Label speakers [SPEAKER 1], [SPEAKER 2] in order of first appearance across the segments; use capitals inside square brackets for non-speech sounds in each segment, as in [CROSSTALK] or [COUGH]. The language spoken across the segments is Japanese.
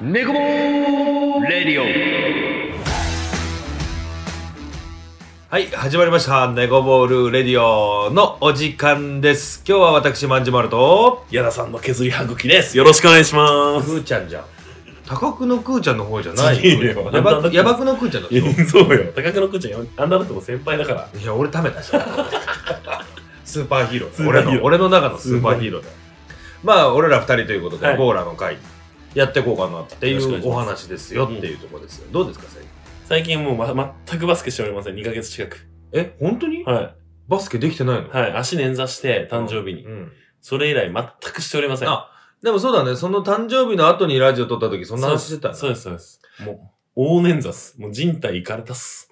[SPEAKER 1] ネコボーレディ
[SPEAKER 2] はい、始まりました。ネゴボールレディオのお時間です。今日は私、まんじまると、
[SPEAKER 3] 矢田さんの削りはぐきです。よろしくお願いしま
[SPEAKER 2] く
[SPEAKER 3] す。
[SPEAKER 2] ーちゃんじゃん。高久のくーちゃんの方じゃない
[SPEAKER 3] 違うよ
[SPEAKER 2] やばく、やばくのくーちゃんだっ
[SPEAKER 3] [LAUGHS] そうよ。高木のくんちゃん、あんなのとも先輩だから。
[SPEAKER 2] た。いや、俺食べ
[SPEAKER 3] [LAUGHS]
[SPEAKER 2] たし。スーパーヒーロー
[SPEAKER 3] ス
[SPEAKER 2] だ。
[SPEAKER 3] ーパー
[SPEAKER 2] 俺
[SPEAKER 3] ヒーロー
[SPEAKER 2] の、俺の中のスーパーヒーローだ。まあ、俺ら二人ということで、
[SPEAKER 3] はい
[SPEAKER 2] ボーラの会、やっていこうかなってい
[SPEAKER 3] よろしくお願いうし
[SPEAKER 2] お
[SPEAKER 3] ます
[SPEAKER 2] 話ですよっていうところですよ。どうですか、最近。
[SPEAKER 3] 最近もう、ま、全くバスケしておりません。2ヶ月近く。
[SPEAKER 2] え、本当に
[SPEAKER 3] は
[SPEAKER 2] バスケできてないの
[SPEAKER 3] い。はい。足捻挫して、誕生日に
[SPEAKER 2] う。ん。
[SPEAKER 3] それ以来全くしておりません。
[SPEAKER 2] あでもそうだね、その誕生日の後にラジオ撮った時、そんな話してたね
[SPEAKER 3] そうです、そうです。そうですもう、大捻挫っす。もう人体いかれたっ [LAUGHS] す。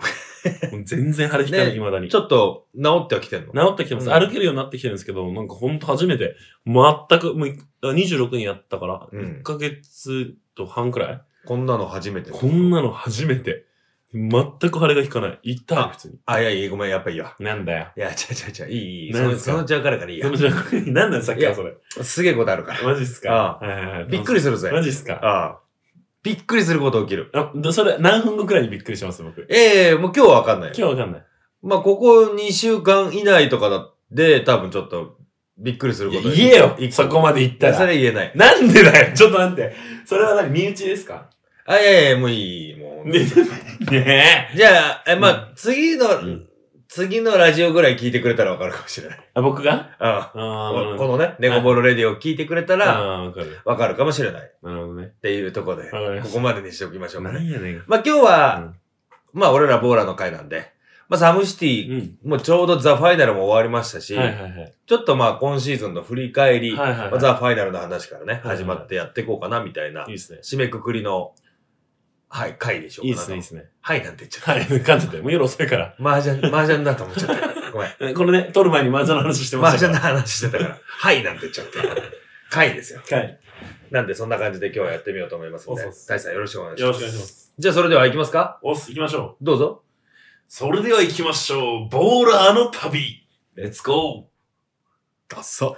[SPEAKER 3] もう全然腫れ引かない、
[SPEAKER 2] ね
[SPEAKER 3] 未だに。
[SPEAKER 2] ちょっと治ってはきてんの
[SPEAKER 3] 治ってきてます。
[SPEAKER 2] うん
[SPEAKER 3] 歩けるようになってきてるんですけど、なんかほんと初めて、全く、もうい、26にやったから、
[SPEAKER 2] うん
[SPEAKER 3] 1ヶ月と半くらい
[SPEAKER 2] こんなの初めて。
[SPEAKER 3] こんなの初めて。全く腫れが引かない。痛い、普通に。
[SPEAKER 2] あ、いやいや、ごめん、やっぱいいわ。
[SPEAKER 3] なんだよ。
[SPEAKER 2] いや、ちゃちゃちゃ、いい、いい。そ
[SPEAKER 3] 何
[SPEAKER 2] の
[SPEAKER 3] ですか
[SPEAKER 2] そのうち分かるからいいや
[SPEAKER 3] その。じゃあ [LAUGHS] なんだよ、さっきのそれ。
[SPEAKER 2] すげえことあるから。
[SPEAKER 3] マジっすかはいはいはい
[SPEAKER 2] びっくりするぜ。
[SPEAKER 3] マジっすか
[SPEAKER 2] ああ。びっくりすること起きる。
[SPEAKER 3] あ、だそれ、何分後くらいにびっくりします、僕。
[SPEAKER 2] ええもう今日は分かんないよ。
[SPEAKER 3] 今日わかんない。
[SPEAKER 2] まあ、ここ2週間以内とかだで、多分ちょっと、びっくりする
[SPEAKER 3] い
[SPEAKER 2] こ
[SPEAKER 3] や
[SPEAKER 2] と。
[SPEAKER 3] 言えよ
[SPEAKER 2] 一個
[SPEAKER 3] そこまで言っ
[SPEAKER 2] い
[SPEAKER 3] た
[SPEAKER 2] や、そ
[SPEAKER 3] ら。
[SPEAKER 2] れ言えない。
[SPEAKER 3] なんでだよちょっと待って。それは何身内ですか
[SPEAKER 2] あ、いやいや、もういい、もう。
[SPEAKER 3] ね [LAUGHS] ねえ
[SPEAKER 2] じゃあ、え、まあ、次の、
[SPEAKER 3] ん
[SPEAKER 2] 次のラジオぐらい聞いてくれたら分かるかもしれない。。
[SPEAKER 3] あ僕が
[SPEAKER 2] あ
[SPEAKER 3] ああ
[SPEAKER 2] あ、
[SPEAKER 3] なるほ
[SPEAKER 2] こ
[SPEAKER 3] ど
[SPEAKER 2] のね、ネゴボールレディオを聞いてくれたら、
[SPEAKER 3] あー、わかる。
[SPEAKER 2] わかるかもしれない。
[SPEAKER 3] なるほどね
[SPEAKER 2] っ。ていうところ
[SPEAKER 3] わ
[SPEAKER 2] で、
[SPEAKER 3] かりま
[SPEAKER 2] こ
[SPEAKER 3] し
[SPEAKER 2] こまでにしておきましょ
[SPEAKER 3] た。
[SPEAKER 2] うか
[SPEAKER 3] な
[SPEAKER 2] ね。
[SPEAKER 3] んやねん。
[SPEAKER 2] まあ今日は、まあ俺らボーラの会なんで、まあサムシティ、
[SPEAKER 3] うん。
[SPEAKER 2] もうちょうどザ・ファイナルも終わりましたし、
[SPEAKER 3] はいはいはい。
[SPEAKER 2] ちょっとまあ今シーズンの振り返り、
[SPEAKER 3] はいはい
[SPEAKER 2] まあ
[SPEAKER 3] は
[SPEAKER 2] ザ・ファイナルの話からね、
[SPEAKER 3] いはい。
[SPEAKER 2] 始まってやっていこうかなみたいない
[SPEAKER 3] いい、っすね。
[SPEAKER 2] 締めくくりの、はい、会でしょう
[SPEAKER 3] いいっ
[SPEAKER 2] かなと
[SPEAKER 3] すね、いいっすね。
[SPEAKER 2] はい、なんて言っちゃ
[SPEAKER 3] はい、噛んじゃって。もう夜遅いから。
[SPEAKER 2] った。麻雀、麻雀だと思っちゃった。
[SPEAKER 3] [LAUGHS]
[SPEAKER 2] ごめん。
[SPEAKER 3] えこれね、撮る前に麻雀の話してま
[SPEAKER 2] 麻
[SPEAKER 3] した
[SPEAKER 2] 雀
[SPEAKER 3] か
[SPEAKER 2] の話してたから、はい、なんて言っちゃった。会ですよ。
[SPEAKER 3] ら。はい。
[SPEAKER 2] なんでそんな感じで今日はやってみようと思いますので
[SPEAKER 3] そうそう、そう
[SPEAKER 2] 大さんよろしくお願いし
[SPEAKER 3] よ
[SPEAKER 2] ま
[SPEAKER 3] ろ
[SPEAKER 2] す。
[SPEAKER 3] しくお願いします。
[SPEAKER 2] じゃあそれでは行きますか
[SPEAKER 3] おっす、行きましょう。
[SPEAKER 2] どうぞ。
[SPEAKER 3] それでは行きましょう。ボーラーの旅。レッツゴ
[SPEAKER 2] ダッサ。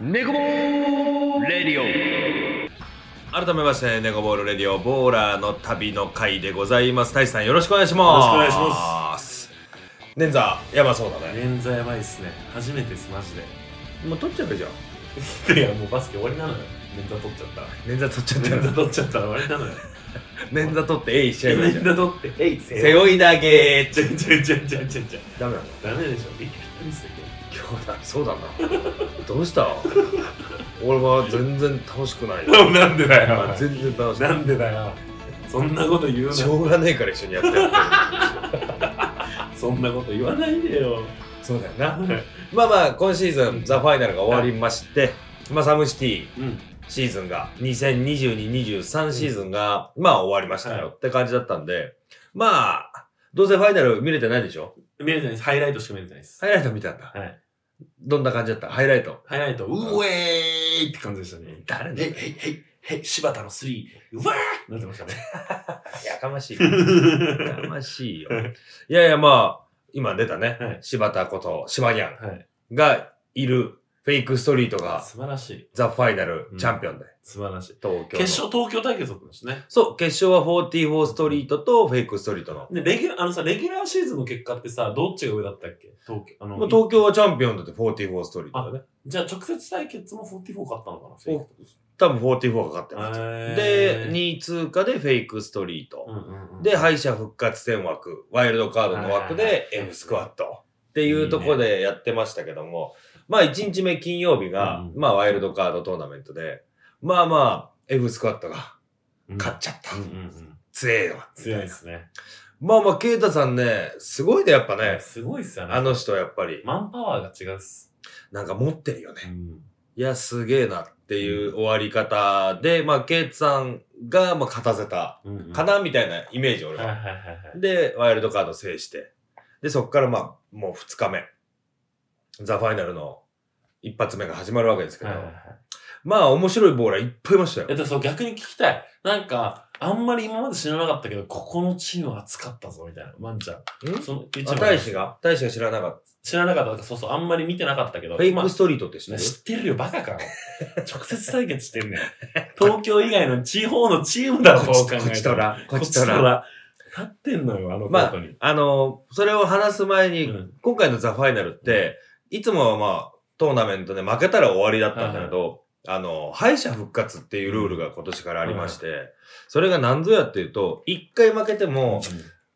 [SPEAKER 1] オネコボーレディ
[SPEAKER 2] 改めまして、ネコボールレディオボーラーの旅の会でございます。大志さんよろしくお願いします。
[SPEAKER 3] よろしくお願いし
[SPEAKER 2] ます。ねんざ、やばそうだ
[SPEAKER 3] ー。
[SPEAKER 2] ね。
[SPEAKER 3] 捻挫やばいっすね。初めてです、マジ
[SPEAKER 2] もう取っちゃうじゃん。
[SPEAKER 3] [LAUGHS] で。いや、もうバスケ終わりなのよ。捻挫取っちゃったら。 [LAUGHS]
[SPEAKER 2] 捻挫取っちゃった
[SPEAKER 3] 捻
[SPEAKER 2] よ
[SPEAKER 3] 挫。取っちゃったら終わりなのよ。
[SPEAKER 2] 捻挫取って、えいしちゃえばいいじ
[SPEAKER 3] 捻
[SPEAKER 2] ゃ
[SPEAKER 3] 挫
[SPEAKER 2] ん。
[SPEAKER 3] 取って、えい、
[SPEAKER 2] 背
[SPEAKER 3] せよ。
[SPEAKER 2] 負い投げ
[SPEAKER 3] ちゃちゃちゃちゃちゃちゃ。
[SPEAKER 2] ダメなの
[SPEAKER 3] ダメでしょ。びっくりする
[SPEAKER 2] 今日だ、そうだな。どうした俺は全然楽しく [LAUGHS] ない
[SPEAKER 3] け。ど。 [LAUGHS] なんでだよ。
[SPEAKER 2] 全然楽しく
[SPEAKER 3] な
[SPEAKER 2] ない。
[SPEAKER 3] んでだよ。そんなこと言う
[SPEAKER 2] し
[SPEAKER 3] な。
[SPEAKER 2] ょうがねえから一緒にやってやってる。
[SPEAKER 3] そんなこと言わないでよ。
[SPEAKER 2] そうだよな。まあまあ、今シーズン、ザ・ファイナルが終わりまして、まあ、サムシティ、
[SPEAKER 3] うん。
[SPEAKER 2] シーズンが、2022-23シーズンが、まあ終わりましたよ
[SPEAKER 3] は
[SPEAKER 2] って感じだったんで、まあ、どうせファイナル見れてないでしょ
[SPEAKER 3] 見れてないです。ハイライトしか見れてないです。
[SPEAKER 2] ハイライト見たんだ。
[SPEAKER 3] はい。
[SPEAKER 2] どんな感じだったハイライト。
[SPEAKER 3] ハイライト、う
[SPEAKER 2] う
[SPEAKER 3] えーって感じでしたね。
[SPEAKER 2] 誰
[SPEAKER 3] へいへいへいへい、柴田のスリー、うわーなってましたね。
[SPEAKER 2] やかましい。やかましいよ。いやいや、まあ、今出たね。
[SPEAKER 3] はい
[SPEAKER 2] 柴田こと、島にゃん
[SPEAKER 3] はい。
[SPEAKER 2] がいるフェイクストリートが、
[SPEAKER 3] 素晴らしい。
[SPEAKER 2] ザ・ファイナルチャンピオンで、
[SPEAKER 3] 素晴らしい。
[SPEAKER 2] 東京の。
[SPEAKER 3] 決勝東京対決だったんですね。
[SPEAKER 2] そう、決勝は44ストリートとフェイクストリートの。
[SPEAKER 3] で、レギュラー、あのさ、レギュラーシーズンの結果ってさ、どっちが上だったっけ東京。あの、
[SPEAKER 2] まあ、東京はチャンピオンだって44ストリートだね。
[SPEAKER 3] じゃあ直接対決も44勝ったのかなフェイク
[SPEAKER 2] 多分44が勝ってます。で、
[SPEAKER 3] えー
[SPEAKER 2] 2位通過でフェイクストリー
[SPEAKER 3] う
[SPEAKER 2] ト。
[SPEAKER 3] んうんうん、
[SPEAKER 2] で、敗者復活戦枠、ワイルドカードの枠
[SPEAKER 3] はいはい
[SPEAKER 2] で F スクワットっていうところでやってましたけども、まあ1日目金曜日が、
[SPEAKER 3] うん
[SPEAKER 2] まあワイルドカードトーナメントで、まあまあ F スクワットが
[SPEAKER 3] うん、
[SPEAKER 2] 勝っちゃった
[SPEAKER 3] う。んうんうん。
[SPEAKER 2] 強えよ。
[SPEAKER 3] 強いですね。
[SPEAKER 2] まあまあ、ケイタさんね、すごいね、やっぱね。
[SPEAKER 3] すごいっすよね。
[SPEAKER 2] あ、の人やっぱり、
[SPEAKER 3] マンパワーが違うっす。
[SPEAKER 2] なんか持ってるよね。
[SPEAKER 3] ん。
[SPEAKER 2] いや、すげえなっていう終わり方で、まあ、ケイツさんが、まあ、勝たせた、
[SPEAKER 3] うんうん、
[SPEAKER 2] かなみたいなイメージ、俺
[SPEAKER 3] はいはい
[SPEAKER 2] は。
[SPEAKER 3] はいはい。
[SPEAKER 2] で、ワイルドカード制して。で、そっから、まあ、もう2日目。ザ・ファイナルの一発目が始まるわけですけど、
[SPEAKER 3] はいはいはい
[SPEAKER 2] まあ、面白いボーラーいっぱいいましたよ
[SPEAKER 3] え、。でそう逆に聞きたい。なんか、あんまり今まで知らなかったけど、ここのチーム熱かったぞ、みたいな。ワンちゃん。その、
[SPEAKER 2] あ、大使が大使が知らなかっ
[SPEAKER 3] 知らなかったから。そうそう、あんまり見てなかったけど。
[SPEAKER 2] た。フェイ
[SPEAKER 3] 今
[SPEAKER 2] クストリートって知ってる
[SPEAKER 3] 知ってるよ、バカか。直接対決してんねん。東京以外の地方のチームだろ、そう考えた
[SPEAKER 2] こちとら、こ
[SPEAKER 3] こ
[SPEAKER 2] ち
[SPEAKER 3] ちと
[SPEAKER 2] とら。
[SPEAKER 3] ら。立ってんのよ、あのコ
[SPEAKER 2] ま
[SPEAKER 3] ー
[SPEAKER 2] あ
[SPEAKER 3] トに。、
[SPEAKER 2] あの、それを話す前
[SPEAKER 3] う
[SPEAKER 2] に
[SPEAKER 3] ん、
[SPEAKER 2] 今回のザ・ファイナルって、いつもはまあ、トーナメントで負けたら終わりだったんだけど、あの、敗者復活っていうルールが今年からありまして、それが何ぞやっていうと、一回負けても、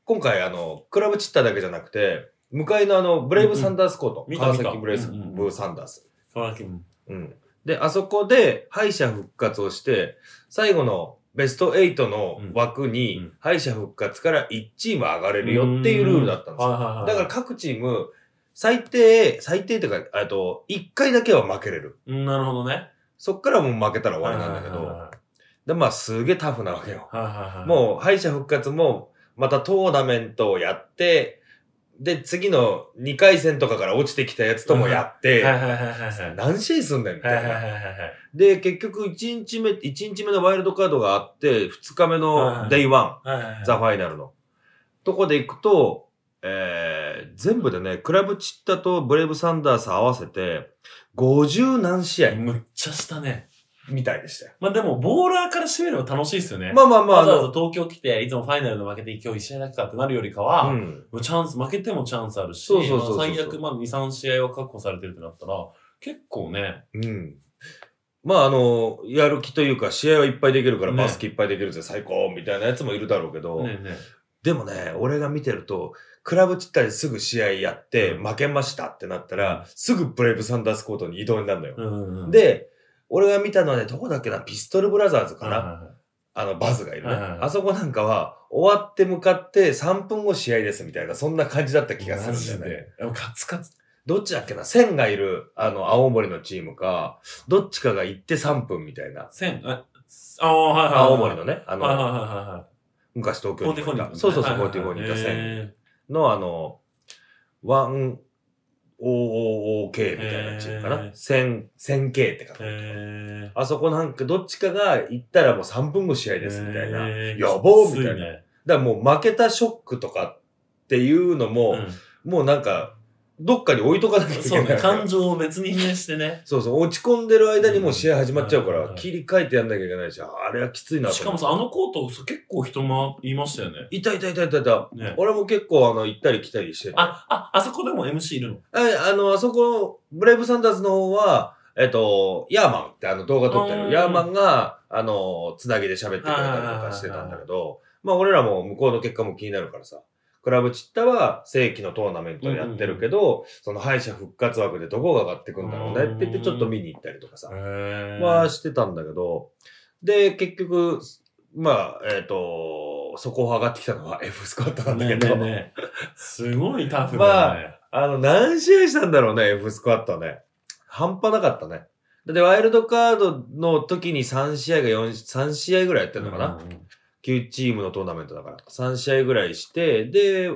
[SPEAKER 2] 今回あの、クラブチッターだけじゃなくて、向かいのあの、ブレイブサンダースコート、
[SPEAKER 3] うんうん
[SPEAKER 2] 川
[SPEAKER 3] 見た見
[SPEAKER 2] 崎
[SPEAKER 3] た
[SPEAKER 2] ブレイ
[SPEAKER 3] うんうんう
[SPEAKER 2] ブ
[SPEAKER 3] ん
[SPEAKER 2] サンダース。
[SPEAKER 3] 川崎も。
[SPEAKER 2] うん。で、あそこで敗者復活をして、最後のベスト8の枠
[SPEAKER 3] うんう
[SPEAKER 2] に
[SPEAKER 3] ん、
[SPEAKER 2] 敗者復活から1チーム上がれるよっていうルールだったんですよ。
[SPEAKER 3] はいはいはい。
[SPEAKER 2] だから各チーム、最低、最低っていうか、あと、1回だけは負けれる。
[SPEAKER 3] うん、なるほどね。
[SPEAKER 2] そっからもう負けたら終わりなんだけ
[SPEAKER 3] はいはい
[SPEAKER 2] ど、
[SPEAKER 3] は
[SPEAKER 2] で、まあすげえタフなわけよ。
[SPEAKER 3] いはいはいはい。
[SPEAKER 2] もう敗者復活も、またトーナメントをやって、で、次の2回戦とかから落ちてきたやつとも
[SPEAKER 3] は
[SPEAKER 2] やっ
[SPEAKER 3] いは
[SPEAKER 2] て、
[SPEAKER 3] いはいはいはい。
[SPEAKER 2] 何試合すんねんみ
[SPEAKER 3] はいはい
[SPEAKER 2] た
[SPEAKER 3] いはい
[SPEAKER 2] な。
[SPEAKER 3] はいはい。
[SPEAKER 2] で、結局1日目、一日目のワイルドカードがあって、2日目のデイワ
[SPEAKER 3] はいはいは
[SPEAKER 2] ン、
[SPEAKER 3] い
[SPEAKER 2] ザ・ファイナルの。とこで行くと、えー、全部でね、クラブチッタとブレイブサンダース合わせて、50何試合
[SPEAKER 3] むっちゃしたね。
[SPEAKER 2] みたいでしたよ。
[SPEAKER 3] まあでも、ボーラーからしてみれば楽しいですよね。
[SPEAKER 2] まあまあまあ、
[SPEAKER 3] わ
[SPEAKER 2] あ
[SPEAKER 3] ざわざ
[SPEAKER 2] の、
[SPEAKER 3] 東京来て、いつもファイナルで負けて今日一試合だけかってなるよりかは、も
[SPEAKER 2] うん。
[SPEAKER 3] うチャンス、負けてもチャンスあるし、
[SPEAKER 2] そうそうそうそう
[SPEAKER 3] まあ最悪、まあ2、3試合は確保されてるってなったら、結構ね、
[SPEAKER 2] うん。まあ、あの、やる気というか、試合はいっぱいできるから、
[SPEAKER 3] ね
[SPEAKER 2] バスケいっぱいできるぜ、最高みたいなやつもいるだろうけど、
[SPEAKER 3] ねえね
[SPEAKER 2] でもね、俺が見てると、クラブチッタですぐ試合やって、
[SPEAKER 3] うん
[SPEAKER 2] 負けましたってなったら、すぐブレイブサンダースコートに移動になるのよ。
[SPEAKER 3] うんうん、
[SPEAKER 2] で、俺が見たのはね、どこだっけな、ピストルブラザーズかな、
[SPEAKER 3] は
[SPEAKER 2] あの、バズがいるね。
[SPEAKER 3] はいはいはい
[SPEAKER 2] あそこなんかは、終わって向かって3分後試合ですみたいな、そんな感じだった
[SPEAKER 3] い
[SPEAKER 2] 気がするんだよね。
[SPEAKER 3] マジで。カツカツ。
[SPEAKER 2] どっちだっけな千がいる、あの、青森のチームか、どっちかが行って3分みたいな。
[SPEAKER 3] 千、あ、ああ、はいはいはい。
[SPEAKER 2] 青森のね、
[SPEAKER 3] は
[SPEAKER 2] あ
[SPEAKER 3] いはい
[SPEAKER 2] の、
[SPEAKER 3] はいは
[SPEAKER 2] 昔東
[SPEAKER 3] い。
[SPEAKER 2] 京にいた。そうそうそう、45にいた線
[SPEAKER 3] 千。
[SPEAKER 2] の、あの、ワン、OOOK みたいなチームか
[SPEAKER 3] へ
[SPEAKER 2] な
[SPEAKER 3] ー。
[SPEAKER 2] 千、千 K って書く。
[SPEAKER 3] へ
[SPEAKER 2] あそこなんかどっちかが行ったらもう3分後試合
[SPEAKER 3] え
[SPEAKER 2] ですみたいな。だか
[SPEAKER 3] や
[SPEAKER 2] やぼーみたいな
[SPEAKER 3] な。
[SPEAKER 2] らもう負けたショックとかっていうの
[SPEAKER 3] う
[SPEAKER 2] も、
[SPEAKER 3] ん
[SPEAKER 2] もうなんか、どっかに置いとかなきゃいけ
[SPEAKER 3] そ
[SPEAKER 2] な
[SPEAKER 3] うね、
[SPEAKER 2] [LAUGHS] い。
[SPEAKER 3] 感情を別にねしてね。
[SPEAKER 2] そうそう、落ち込んでる間にもう試合始まっちゃうか
[SPEAKER 3] うんはい
[SPEAKER 2] ら
[SPEAKER 3] は、い
[SPEAKER 2] 切り替えてやんなきゃいけないし、ああれはきついなと思って
[SPEAKER 3] しかもさ、あのコート、そう結構人もいましたよね。
[SPEAKER 2] いたいたいたいたいた。
[SPEAKER 3] ね。
[SPEAKER 2] 俺も結構あの、行ったり来たりしてて。
[SPEAKER 3] あ、あ、あそこでも MC いるの
[SPEAKER 2] え、あの、あそこ、ブレイブサンダーズの方は、えっと、ヤーマンってあの動画撮って
[SPEAKER 3] う
[SPEAKER 2] る。
[SPEAKER 3] ん
[SPEAKER 2] ヤーマンが、あの、つなぎで喋ってくれたりとかしてたんだけど、まあ俺らも向こうの結果も気になるからさ。クラブチッタは正規のトーナメントやってるけど、その敗者復活枠でどこが上がってくんだろうねって言ってちょっと見に行ったりとかさ。
[SPEAKER 3] へ
[SPEAKER 2] はしてたんだけど、で、結局、まあ、えっ、と、そこを上がってきたのは F スクワットなんだけ
[SPEAKER 3] ね
[SPEAKER 2] ど、
[SPEAKER 3] ねね。すごいタフだね。
[SPEAKER 2] あの、何試合したんだろうね、F スクワットはね。半端なかったね。だってワイルドカードの時に3試合が4、3試合ぐらいやってんのかな、
[SPEAKER 3] うんうん
[SPEAKER 2] ?9 チームのトーナメントだから。3試合ぐらいして、で、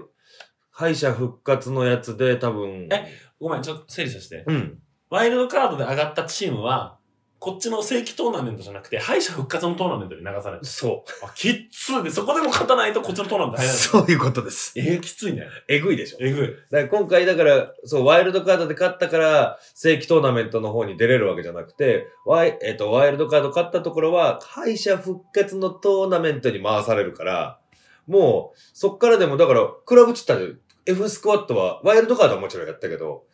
[SPEAKER 2] 敗者復活のやつで多分、
[SPEAKER 3] えごめん、ちょっと整理させて。
[SPEAKER 2] うん。
[SPEAKER 3] ワイルドカードで上がったチームは、こっちの正規トーナメントじゃなくて、敗者復活のトーナメントに流される。
[SPEAKER 2] そ
[SPEAKER 3] あ、きっつーで、そこでも勝たないとこっちのトーナメン
[SPEAKER 2] う。
[SPEAKER 3] ト入らない。
[SPEAKER 2] そういうことです。
[SPEAKER 3] えー、きついね。
[SPEAKER 2] えぐいでしょ
[SPEAKER 3] えぐい。
[SPEAKER 2] だから今回だから、そう、ワイルドカードで勝ったから、正規トーナメントの方に出れるわけじゃなくて、ワイ、えっ、と、ワイルドカード勝ったところは、敗者復活のトーナメントに回されるから、もう、そっからでも、だから、クラブチッタで、F スクワットは、ワイルドカードはもちろんやったけど、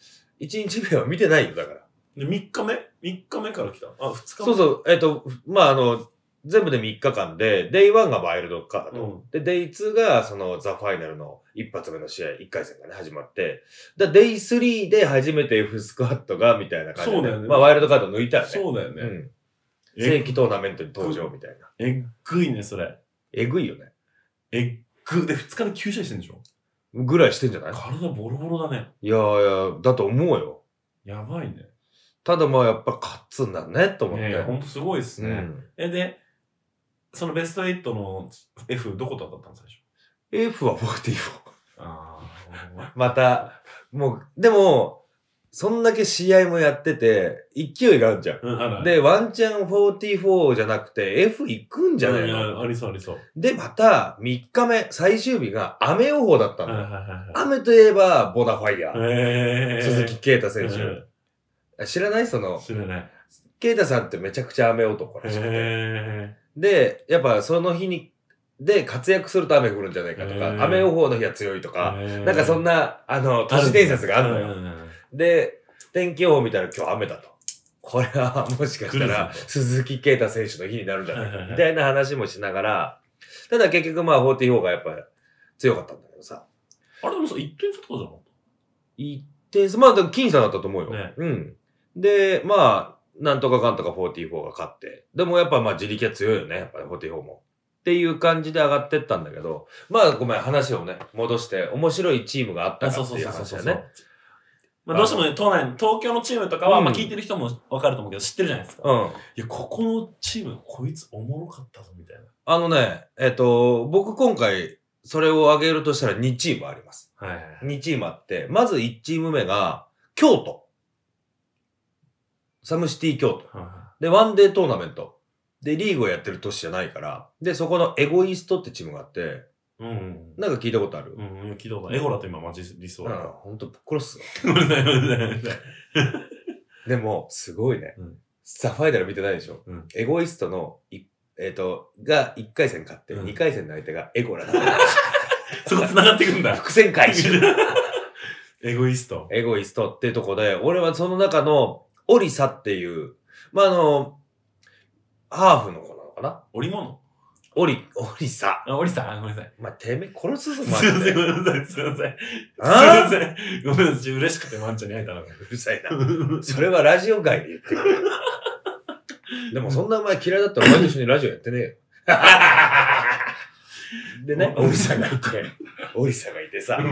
[SPEAKER 2] 1日目は見てないよ、だから。
[SPEAKER 3] で、3日目 ?3 日目から来た。あ、2日目
[SPEAKER 2] そうそう、えっ、と、まあ、あの、全部で3日間で、デイ1がワイルドカード、
[SPEAKER 3] うん
[SPEAKER 2] で、デイ2が、その、ザ・ファイナルの一発目の試合、1回戦がね、始まって、だデイ3で初めて F スクワットが、みたいな感じで、
[SPEAKER 3] そうだよね
[SPEAKER 2] まあ、ワイルドカード抜いたらね。
[SPEAKER 3] そうだよね。
[SPEAKER 2] うん。
[SPEAKER 3] え
[SPEAKER 2] 正規トーナメントに登場みたいな。
[SPEAKER 3] えっぐいね、それ。
[SPEAKER 2] えぐいよね。
[SPEAKER 3] えっぐ。で、2日で9試合してんでしょ
[SPEAKER 2] ぐらいしてんじゃない
[SPEAKER 3] 体ボロボロだね。
[SPEAKER 2] いやーいや、だと思うよ。
[SPEAKER 3] やばいね。
[SPEAKER 2] ただまあ、やっぱ勝つんだね、と思って。
[SPEAKER 3] ねえ、ほんとすごいっす
[SPEAKER 2] う
[SPEAKER 3] ね。
[SPEAKER 2] ん。
[SPEAKER 3] え、で、そのベスト8の F、どこと当たったの最初。
[SPEAKER 2] F は44。
[SPEAKER 3] ああ。
[SPEAKER 2] また、もう、でも、そんだけ試合もやってて、勢いがあるじゃん。
[SPEAKER 3] うん、ある、
[SPEAKER 2] で、ワンチャン44じゃなくて F 行くんじゃない
[SPEAKER 3] うん
[SPEAKER 2] の
[SPEAKER 3] うんありそうありそう。
[SPEAKER 2] で、また3日目、最終日が雨予報だった
[SPEAKER 3] はい
[SPEAKER 2] の
[SPEAKER 3] はい
[SPEAKER 2] よ。
[SPEAKER 3] は
[SPEAKER 2] 雨といえばボナファイヤ
[SPEAKER 3] い
[SPEAKER 2] ー。
[SPEAKER 3] はい。えー
[SPEAKER 2] 鈴木啓太選
[SPEAKER 3] うん
[SPEAKER 2] 手。知らないその、
[SPEAKER 3] 知らない。
[SPEAKER 2] 啓太さんってめちゃくちゃ雨男らしくて。
[SPEAKER 3] え
[SPEAKER 2] で、やっぱその日に、で活躍すると雨降るんじゃないかと
[SPEAKER 3] へ
[SPEAKER 2] か、
[SPEAKER 3] ー
[SPEAKER 2] 雨予報の日は強いとか、
[SPEAKER 3] ー
[SPEAKER 2] なんかそん、な、あの、都市伝説があるのよ。
[SPEAKER 3] うんうんうん
[SPEAKER 2] で、天気予報見たら今日雨だと。これはもしかしたら
[SPEAKER 3] 来るぞ
[SPEAKER 2] 鈴木啓太選手の日になるんじゃない
[SPEAKER 3] はいはいは
[SPEAKER 2] か
[SPEAKER 3] い
[SPEAKER 2] みたいな話もしながら、ただ結局まあ44がやっぱり強かったんだけどさ。
[SPEAKER 3] あれでもさ、一点差とかじゃなかっ
[SPEAKER 2] 一定数、まあでも僅差だったと思うよ。
[SPEAKER 3] ね
[SPEAKER 2] うん。で、まあ、なんとかかんとか44が勝って。でもやっぱまあ自力は強いよね、やっぱり44も。っていう感じで上がってったんだけど、まあごめん、話をね、戻して、面白いチームがあったた
[SPEAKER 3] そ
[SPEAKER 2] か
[SPEAKER 3] うそう
[SPEAKER 2] っていう
[SPEAKER 3] そう
[SPEAKER 2] 話
[SPEAKER 3] そう
[SPEAKER 2] だ
[SPEAKER 3] そ
[SPEAKER 2] よ
[SPEAKER 3] う、
[SPEAKER 2] ね。
[SPEAKER 3] まあ、どうしてもね、東南、東京のチームとかは、
[SPEAKER 2] うん
[SPEAKER 3] まあ聞いてる人もわかると思うけど、知ってるじゃないですか。
[SPEAKER 2] うん。
[SPEAKER 3] いや、ここのチーム、こいつおもろかったぞ、みたい
[SPEAKER 2] あのね、えっ、と、僕今回、それを挙げるとしたら2チームあります。
[SPEAKER 3] な。はいはいはい。
[SPEAKER 2] 2チームあって、まず1チーム目が、京都。サムシティ京都。で、ワンデートーナメント。で、リーグをやってる都市じゃないから。で、そこのエゴイストってチームがあって、
[SPEAKER 3] うんうん。
[SPEAKER 2] なんか聞いたことある、
[SPEAKER 3] うん、うん、聞いたことない。エゴラと今、マジ理想
[SPEAKER 2] うん、
[SPEAKER 3] だ。
[SPEAKER 2] ほんとぶっ殺すわ。
[SPEAKER 3] ごめんなさい、ごめんなさいごめんなさい。
[SPEAKER 2] でも、すごいね。
[SPEAKER 3] うん
[SPEAKER 2] ザ・ファイナル見てないでしょ。
[SPEAKER 3] うん
[SPEAKER 2] エゴイストのい、えっ、と、が1回戦勝って、
[SPEAKER 3] うん
[SPEAKER 2] 2回戦の相手がエゴラ
[SPEAKER 3] [LAUGHS]
[SPEAKER 2] だった。
[SPEAKER 3] [LAUGHS] そこ繋がってくんだ。
[SPEAKER 2] 伏線回収。
[SPEAKER 3] エゴイスト。
[SPEAKER 2] エゴイストっていうとこで、俺はその中のオリサっていう、まあ、あの、ハーフの子なのかな
[SPEAKER 3] 織物
[SPEAKER 2] オリ、オリサ。
[SPEAKER 3] あ、織さん、ごめんなさい。
[SPEAKER 2] まあ、てめえ殺すぞ、
[SPEAKER 3] すい
[SPEAKER 2] マ
[SPEAKER 3] ません、
[SPEAKER 2] ジ
[SPEAKER 3] ご
[SPEAKER 2] で。
[SPEAKER 3] めんなさい、すいません。
[SPEAKER 2] あ
[SPEAKER 3] すいません。ごめんなさい、嬉しくてワンちゃんに会えたの。
[SPEAKER 2] うるさいな。それはラジオ界で言ってくる。でもそんなお前嫌いだったらお前と一緒にラジオやってねえよ。でね、オリサがいて、オリサがいて
[SPEAKER 3] [LAUGHS]
[SPEAKER 2] さ、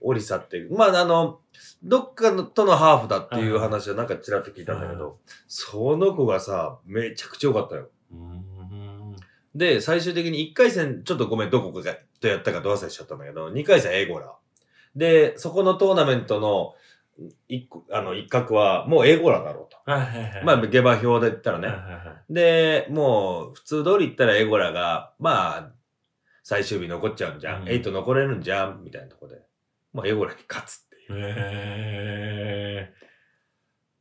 [SPEAKER 2] オリサっていう、まあ、あの、どっかのとのハーフだっていう話はなんかちらっと聞いたんだけど、その子がさ、めちゃくちゃ良かったよ。
[SPEAKER 3] うん。
[SPEAKER 2] で、最終的に1回戦、ちょっとごめん、どこかがとやったかどう忘れしちゃったんだけど、2回戦エゴラ。で、そこのトーナメントの一個あの一角は、もうエゴラだろうと。
[SPEAKER 3] はいはいはい。
[SPEAKER 2] まあ、下馬評で言ったら
[SPEAKER 3] あはい
[SPEAKER 2] ね。
[SPEAKER 3] はいはい。
[SPEAKER 2] で、もう、普通通り言ったらエゴラが、まあ、最終日残っちゃうんじゃ。
[SPEAKER 3] うんん
[SPEAKER 2] エイト残れるんじゃん、みたいなとこで。まあ、エゴラに勝つっていう。
[SPEAKER 3] え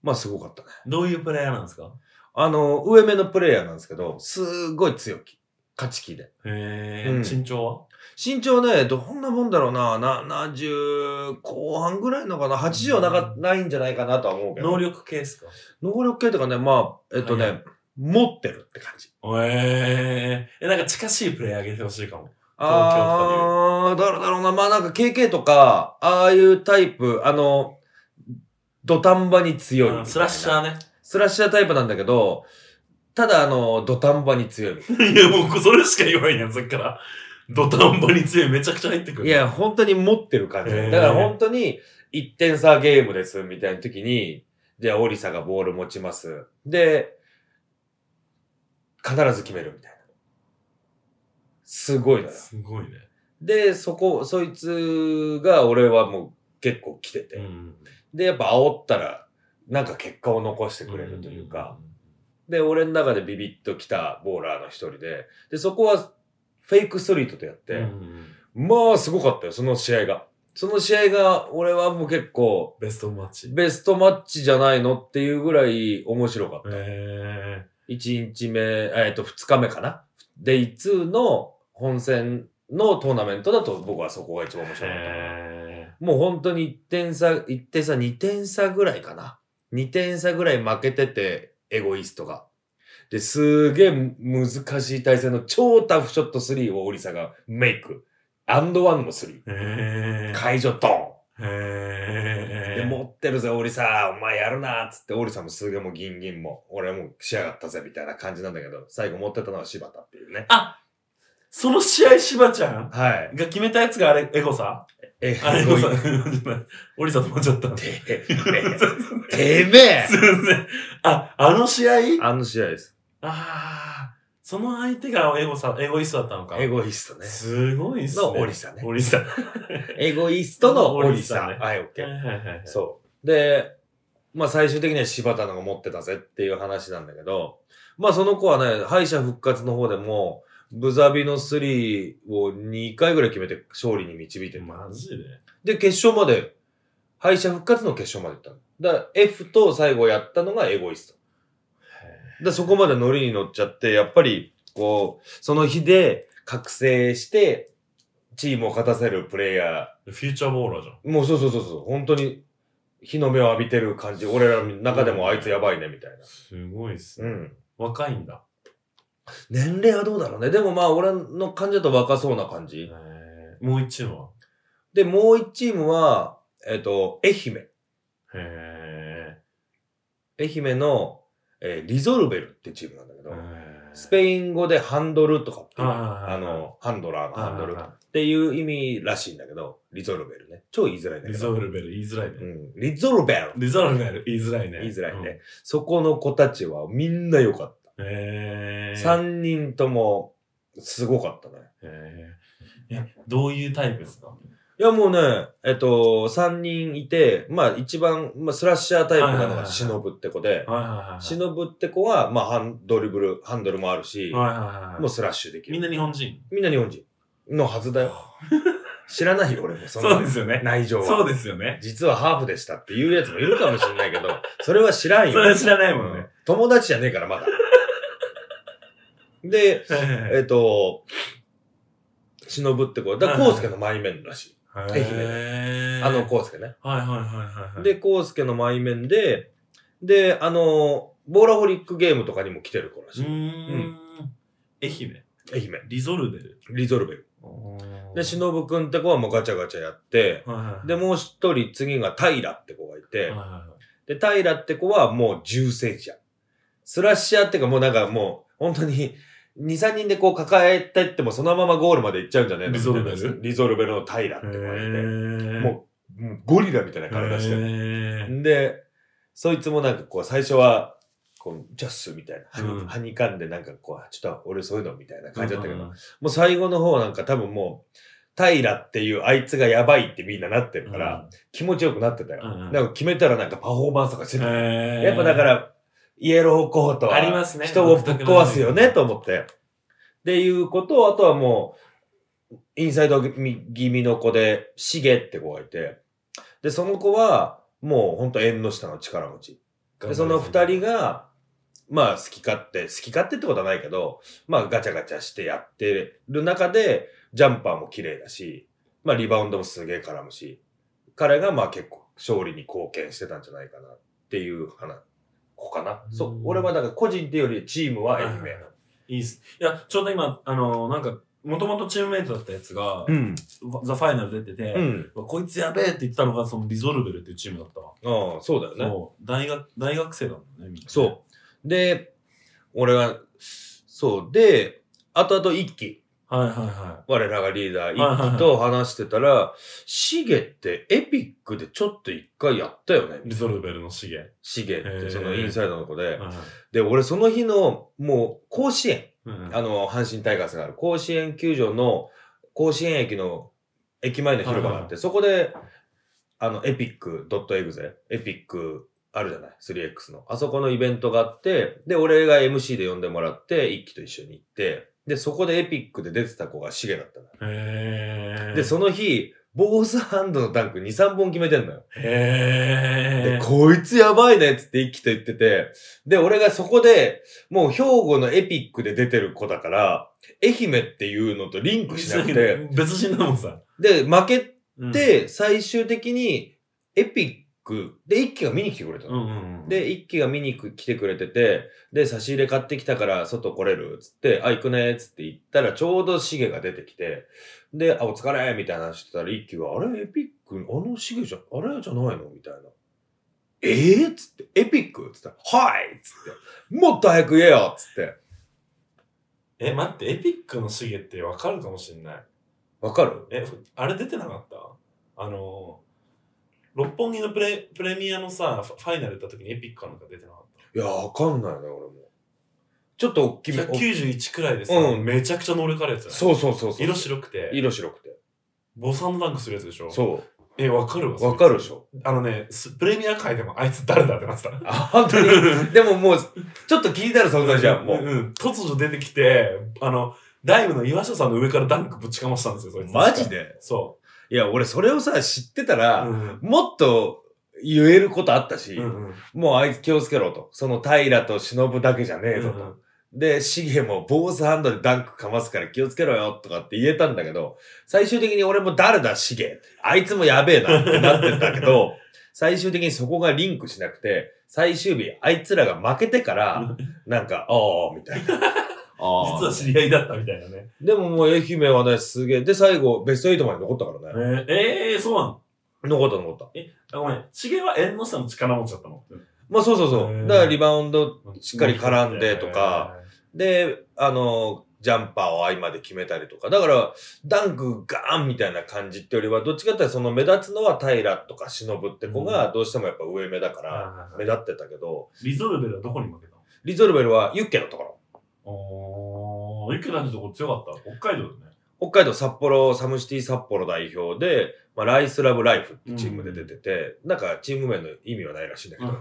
[SPEAKER 2] まあ、すごかったね。
[SPEAKER 3] ー、どういうプレイヤーなんですか
[SPEAKER 2] あの、上目のプレイヤーなんですけど、すごい強気。勝ち気で。
[SPEAKER 3] えー
[SPEAKER 2] うん
[SPEAKER 3] 身長は
[SPEAKER 2] 身長ね、どんなもんだろうな、な70後半ぐらいのかな、80はなか、ないんじゃないかなとは思うけど。
[SPEAKER 3] 能力系ですか
[SPEAKER 2] 能力系とかね、まあ、えっとね、
[SPEAKER 3] はい
[SPEAKER 2] 持ってるって感じ。
[SPEAKER 3] えー、え、なんか近しいプレイヤーあげてほしいかも。
[SPEAKER 2] あー、だろうだろうな、まあなんか KK とか、ああいうタイプ、あの、土壇場に強いみたいな
[SPEAKER 3] うんスラッシャーね。
[SPEAKER 2] スラッシャータイプなんだけど、ただあの、土壇場に強いみたい
[SPEAKER 3] [LAUGHS]
[SPEAKER 2] な。
[SPEAKER 3] いや、もうそれしか言わんやん、さっきから。土壇場に強い、めちゃくちゃ入ってくる。
[SPEAKER 2] い、や、本当に持ってる感じ。
[SPEAKER 3] へ
[SPEAKER 2] だ
[SPEAKER 3] ー
[SPEAKER 2] から本当に、1点差ゲームです、みたいな時に、じゃあ、オリサがボール持ちます。で、必ず決めるみたいな。すごいな。
[SPEAKER 3] すごいね。
[SPEAKER 2] で、そこ、そいつが俺はもう結構来てて。
[SPEAKER 3] ん。
[SPEAKER 2] で、やっぱ煽ったら、なんか結果を残してくれるというか。で、俺の中でビビッと来たボーラーの一人で。で、そこはフェイクストリートとやって、
[SPEAKER 3] うんうんうん、
[SPEAKER 2] まあ、すごかったよ、その試合が。その試合が、俺はもう結構、
[SPEAKER 3] ベストマッチ。
[SPEAKER 2] ベストマッチじゃないのっていうぐらい面白かった。
[SPEAKER 3] え
[SPEAKER 2] 1日目、えっと、2日目かな。デイ2の本戦のトーナメントだと僕はそこが一番面
[SPEAKER 3] ー、
[SPEAKER 2] 白かったな。
[SPEAKER 3] え
[SPEAKER 2] もう本当に1点差、1点差、2点差ぐらいかな。2点差ぐらい負けてて、エゴイストが。で、すげえ難しい対戦の超タフショット3をオリサがメイク。アンドワンの
[SPEAKER 3] ー、
[SPEAKER 2] 3。
[SPEAKER 3] えー、
[SPEAKER 2] 解除ドン
[SPEAKER 3] えー、
[SPEAKER 2] で、持ってるぜ、オリさん、お前やるなっつって、オリさんもすげえもうギンギンも、俺もうしやがったぜ、みたいな感じなんだけど、最後持ってたのは柴田っていうね。
[SPEAKER 3] その試合、しばちゃん
[SPEAKER 2] はい。
[SPEAKER 3] が決めたやつがあれ、エゴさ
[SPEAKER 2] え、
[SPEAKER 3] あれ、エゴさ [LAUGHS]
[SPEAKER 2] こういう
[SPEAKER 3] オリさんと思っちゃった。 [LAUGHS] す
[SPEAKER 2] てめえ、てめえ
[SPEAKER 3] いません。あ、あの試合
[SPEAKER 2] あの試合です。
[SPEAKER 3] ああ、その相手がエゴさん、エゴイストだったのか。
[SPEAKER 2] エゴイストね。
[SPEAKER 3] すごいっすね。
[SPEAKER 2] のオリサね
[SPEAKER 3] オリサ。
[SPEAKER 2] エゴイストのオリ
[SPEAKER 3] オ
[SPEAKER 2] サ
[SPEAKER 3] リサね。
[SPEAKER 2] はい、オッケー。
[SPEAKER 3] はいはいはいはい。
[SPEAKER 2] そう。で、まあ最終的には柴田のが持ってたぜっていう話なんだけど、まあその子はね、敗者復活の方でも、ブザビの3を2回ぐらい決めて勝利に導いてる。
[SPEAKER 3] マジで
[SPEAKER 2] で、決勝まで、敗者復活の決勝まで行ったの。だから F と最後やったのがエゴイスト。で、そこまでノリに乗っちゃって、やっぱり、こう、その日で覚醒して、チームを勝たせるプレイヤー、
[SPEAKER 3] フューチャーボーラーじゃん。
[SPEAKER 2] もうそうそうそうそう、本当に日の目を浴びてる感じ、俺らの中でもあいつやばいね、みたい
[SPEAKER 3] すごいっす
[SPEAKER 2] な。う
[SPEAKER 3] ね。
[SPEAKER 2] ん。
[SPEAKER 3] 若いんだ。
[SPEAKER 2] 年齢はどうだろうね。でもまあ、俺の感じだと若そうな感
[SPEAKER 3] へ
[SPEAKER 2] じ。
[SPEAKER 3] ーもう一チームは
[SPEAKER 2] で、もう一チームは、えっ、と、愛媛。
[SPEAKER 3] へ
[SPEAKER 2] 愛媛の、えーリゾルベルってチームなんだけど
[SPEAKER 3] ー、
[SPEAKER 2] スペ
[SPEAKER 3] イ
[SPEAKER 2] イン語でハンドルとかっていう、
[SPEAKER 3] はいはいはい
[SPEAKER 2] あの、ハンドラーのハンドル
[SPEAKER 3] あ
[SPEAKER 2] っていう意味らしいんだけど、リゾルベルね。超言いづらいんだけ
[SPEAKER 3] リ
[SPEAKER 2] ど。
[SPEAKER 3] ゾルベル言いづらい
[SPEAKER 2] ル。う
[SPEAKER 3] ね。
[SPEAKER 2] ん。リゾルベル。
[SPEAKER 3] リゾルベル言いづらいね。
[SPEAKER 2] 言いづらいね。そこの子たちはみんな良かった。
[SPEAKER 3] うん。へー
[SPEAKER 2] 3人とも、すごかったね。
[SPEAKER 3] へーえ、どういうタイプですか
[SPEAKER 2] いや、もうね、えっと、3人いて、まあ一番、まあスラッシャータイプなのが忍って子で、
[SPEAKER 3] はいはいはいはい。
[SPEAKER 2] 忍って子は、まあハンドリブル、ハンドルもあるし、
[SPEAKER 3] はいはいはい。
[SPEAKER 2] もうスラッシュでき
[SPEAKER 3] みん
[SPEAKER 2] る。
[SPEAKER 3] な日本人。
[SPEAKER 2] みんな日本人のはずだよ。知らないよ、俺も。そ
[SPEAKER 3] そう
[SPEAKER 2] の
[SPEAKER 3] ですよね。
[SPEAKER 2] 内情は。
[SPEAKER 3] そうですよね。
[SPEAKER 2] 実はハーフでしたっていうやつもいるかもし
[SPEAKER 3] [LAUGHS]
[SPEAKER 2] れないけど、それは知らんよ。
[SPEAKER 3] それは知らないもん
[SPEAKER 2] う
[SPEAKER 3] ね
[SPEAKER 2] ん。友達じゃねえから、まだ。で、え
[SPEAKER 3] え
[SPEAKER 2] っと、忍って子。だから、康介の前面らしい。愛媛あの、康介ね。
[SPEAKER 3] はいはいはいはいはい。
[SPEAKER 2] で、康介の前面で、で、あの、ボーラホリックゲームとかにも来てる子ら
[SPEAKER 3] う
[SPEAKER 2] しい。
[SPEAKER 3] ー。
[SPEAKER 2] うん
[SPEAKER 3] 愛媛。
[SPEAKER 2] 愛媛。
[SPEAKER 3] リゾルベル。
[SPEAKER 2] リゾルベル。で、
[SPEAKER 3] の、
[SPEAKER 2] 忍くんって子はもうガチャガチャやって、
[SPEAKER 3] はいはいはい
[SPEAKER 2] で、、もう一人次が平って子がいて
[SPEAKER 3] はい、はいはい
[SPEAKER 2] で、平って子はもう重戦車。スラッシャーっていうかもうなんかもう、本当に、2、3人でこう抱えてってもそのままゴールまで行っちゃうんじゃねえの
[SPEAKER 3] リゾルベル
[SPEAKER 2] みたいなリゾルベルの平って子がいて、
[SPEAKER 3] も
[SPEAKER 2] もう、もうゴリラみたいな
[SPEAKER 3] う
[SPEAKER 2] 体
[SPEAKER 3] 体
[SPEAKER 2] し
[SPEAKER 3] してて
[SPEAKER 2] る。
[SPEAKER 3] る。
[SPEAKER 2] んで、そいつもなんかこう、最初は、こう、ジャッスみたいな、はに
[SPEAKER 3] うん
[SPEAKER 2] はにかんでなんかこう、ちょっと俺そういうのみたいな
[SPEAKER 3] 感
[SPEAKER 2] 感じ
[SPEAKER 3] じ
[SPEAKER 2] だ
[SPEAKER 3] だったた
[SPEAKER 2] っけ
[SPEAKER 3] け
[SPEAKER 2] ど、も
[SPEAKER 3] ど。
[SPEAKER 2] う最後の方なんか多分もう、平っていうあいつがやばいってみんななってる
[SPEAKER 3] か
[SPEAKER 2] から、
[SPEAKER 3] ら、
[SPEAKER 2] 気持ちよくなってたよ。
[SPEAKER 3] うんうん
[SPEAKER 2] なんか決めたらなんかパフォーマンスとかしてた。や
[SPEAKER 3] や
[SPEAKER 2] っ
[SPEAKER 3] っぱ
[SPEAKER 2] ぱだ
[SPEAKER 3] だ
[SPEAKER 2] か
[SPEAKER 3] から、
[SPEAKER 2] ら、イエローコートは
[SPEAKER 3] ありますね
[SPEAKER 2] 人をぶっ壊すよね、と思って。っていうことを、あとはもう、インサイド気味の子で、シゲって子がいて、で、その子は、もうほんと縁の下の力持ち。で、
[SPEAKER 3] で
[SPEAKER 2] そ
[SPEAKER 3] そ
[SPEAKER 2] の
[SPEAKER 3] の
[SPEAKER 2] 二
[SPEAKER 3] 二
[SPEAKER 2] 人
[SPEAKER 3] 人が、
[SPEAKER 2] が、まあ、好き勝手、好き勝手ってことはないけど、まあ、ガチャガチャしてやってる中で、ジャンパーも綺麗だし、まあ、リバウンドもすげえ絡むし、彼がまあ結構勝利に貢献してたんじゃないかなっていう話、子かな。そうう、
[SPEAKER 3] ん
[SPEAKER 2] 俺はだから個人っていうよりチームは愛媛。
[SPEAKER 3] いいっす。いや、ちょうど今、あの、なんか、もともとチームメイトだったやつが、
[SPEAKER 2] ん。
[SPEAKER 3] ザ・ファイナル出てて、
[SPEAKER 2] うん。
[SPEAKER 3] こいつやべえって言ってたのが、そのリゾルベルっていうチームだったわ。
[SPEAKER 2] ああ、そうだよね。
[SPEAKER 3] そう。大学、大学生だもんね、みんなね
[SPEAKER 2] そう。で、俺が、そう。で、あとあと一期。
[SPEAKER 3] はいはいは
[SPEAKER 2] 我らがリーダー、
[SPEAKER 3] はいはいはい
[SPEAKER 2] 一期と話してたら、シゲってエピックでちょっと一回やったよ
[SPEAKER 3] い。
[SPEAKER 2] ね。
[SPEAKER 3] リゾルベルのシゲ。はい
[SPEAKER 2] シゲっ
[SPEAKER 3] へ
[SPEAKER 2] て、
[SPEAKER 3] ー
[SPEAKER 2] そのインサイドの子で。
[SPEAKER 3] はい
[SPEAKER 2] で、俺その日の、もう、甲子園、
[SPEAKER 3] うんうん
[SPEAKER 2] あの、阪神タイガースがある、甲子園球場の、甲子園駅の、駅前の広場があ
[SPEAKER 3] は
[SPEAKER 2] っ
[SPEAKER 3] い
[SPEAKER 2] て、そこで、あの、エピック .exe、エピックあるじゃない ?3X の。あそこのイベントがあって、で、俺が MC で呼んでもらって、一期と一緒に行って、で、そこでエピックで出てた子がシゲだったの。
[SPEAKER 3] へー
[SPEAKER 2] で、その日、坊主ハンドのダンク2、3本決めてんのよ。
[SPEAKER 3] へ
[SPEAKER 2] で、
[SPEAKER 3] ー
[SPEAKER 2] こいつやばいねっつって一気と言ってて、で、俺がそこで、もう兵庫のエピックで出てる子だから、愛媛っていうのとリンクしなくて、
[SPEAKER 3] 別人だもんさ。
[SPEAKER 2] で、負け
[SPEAKER 3] うん、
[SPEAKER 2] て、最終的に、エピックで一気が見に来てくれた
[SPEAKER 3] うん
[SPEAKER 2] の。
[SPEAKER 3] うんうん、
[SPEAKER 2] で、一気が見に来てくれてて、で、差し入れ買ってきたから外来れるっつって、あ、行くねっつって言ったら、ちょうどシゲが出てきて、で、あ、お疲れみたいな話してたら、一気が、あれエピックあのシゲじゃ、あれじゃないのみたいな。ええっつって、エピックっつったら、はいっつって、もっと早く言えよっつって。
[SPEAKER 3] え、待って、エピックのシゲってわかるかもしんない。
[SPEAKER 2] わかる
[SPEAKER 3] え、あれ出てなかったあのー、六本木のプレプレミアのさ、フファイナル行った時にエピックかなんか出てなかっ
[SPEAKER 2] いや、わかんないね、俺も。ちょっと大きめ。
[SPEAKER 3] 191くらいでさ、
[SPEAKER 2] うん
[SPEAKER 3] めちゃくちゃ乗れかるやつだね
[SPEAKER 2] そうそうそうそう。
[SPEAKER 3] 色白くて、
[SPEAKER 2] 色白くて。
[SPEAKER 3] ボサンダンクするやつでしょ
[SPEAKER 2] そ
[SPEAKER 3] え、わかるわ。
[SPEAKER 2] う。わかるでしょ。
[SPEAKER 3] あのね、スプレミア界でもあいつ誰だってなってた。
[SPEAKER 2] あ、本当に。
[SPEAKER 3] [LAUGHS]
[SPEAKER 2] でももう、ちょっと気になる存在じゃん、も
[SPEAKER 3] ん
[SPEAKER 2] う。
[SPEAKER 3] ん突如出てきて、あの、ライムの岩下さんの上からダンクぶちかましたんですよ、そいつ
[SPEAKER 2] マジで
[SPEAKER 3] そ
[SPEAKER 2] いや、俺それをさ、知ってた
[SPEAKER 3] う。
[SPEAKER 2] ら、
[SPEAKER 3] うん
[SPEAKER 2] もっと言えることあったし、
[SPEAKER 3] うんうん
[SPEAKER 2] もうあいつ気をつけろと。その平と忍だけじゃねえぞと。で、シゲも坊主ハンドでダンクかますから気をつけろよとかって言えたんだけど、最終的に俺も誰だシゲあいつもやべえなってなってんだけど、最終的にそこがリンクしなくて、最終日あいつらが負けてから、なんか、ああ、み
[SPEAKER 3] [LAUGHS]
[SPEAKER 2] たいな。あ
[SPEAKER 3] 実は
[SPEAKER 2] あ。
[SPEAKER 3] 知り合いだったみたいなね。
[SPEAKER 2] でももう愛媛はね、すげえ。で、最後、ベスト8まで残ったから
[SPEAKER 3] え
[SPEAKER 2] ね。
[SPEAKER 3] ー、えー、そうなの
[SPEAKER 2] 残った残った。
[SPEAKER 3] あごめん。シゲは縁の下の力持ちだったの。
[SPEAKER 2] まあそうそうそ
[SPEAKER 3] へ
[SPEAKER 2] う。
[SPEAKER 3] ー
[SPEAKER 2] だからリバウンド、しっかり絡んでとか
[SPEAKER 3] えー。
[SPEAKER 2] で、あの、ジャンパーを合間で決めたりとか。だから、ダンクガーンみたいな感じってよりは、どっちかっていうとその目立つのは平とか忍って子がどうしてもやっぱ上目だから、
[SPEAKER 3] あー
[SPEAKER 2] 目立ってたけど、
[SPEAKER 3] リゾルベルはどこに負けたの
[SPEAKER 2] リゾルベルはユッケのところ。
[SPEAKER 3] おー、いくらのとこ強かった北海道だね。
[SPEAKER 2] 北海道札幌、サムシティ札幌代表で、まあ、ライスラブライフってチームで出てて、なんかチーム名の意味はないらしいんだけど、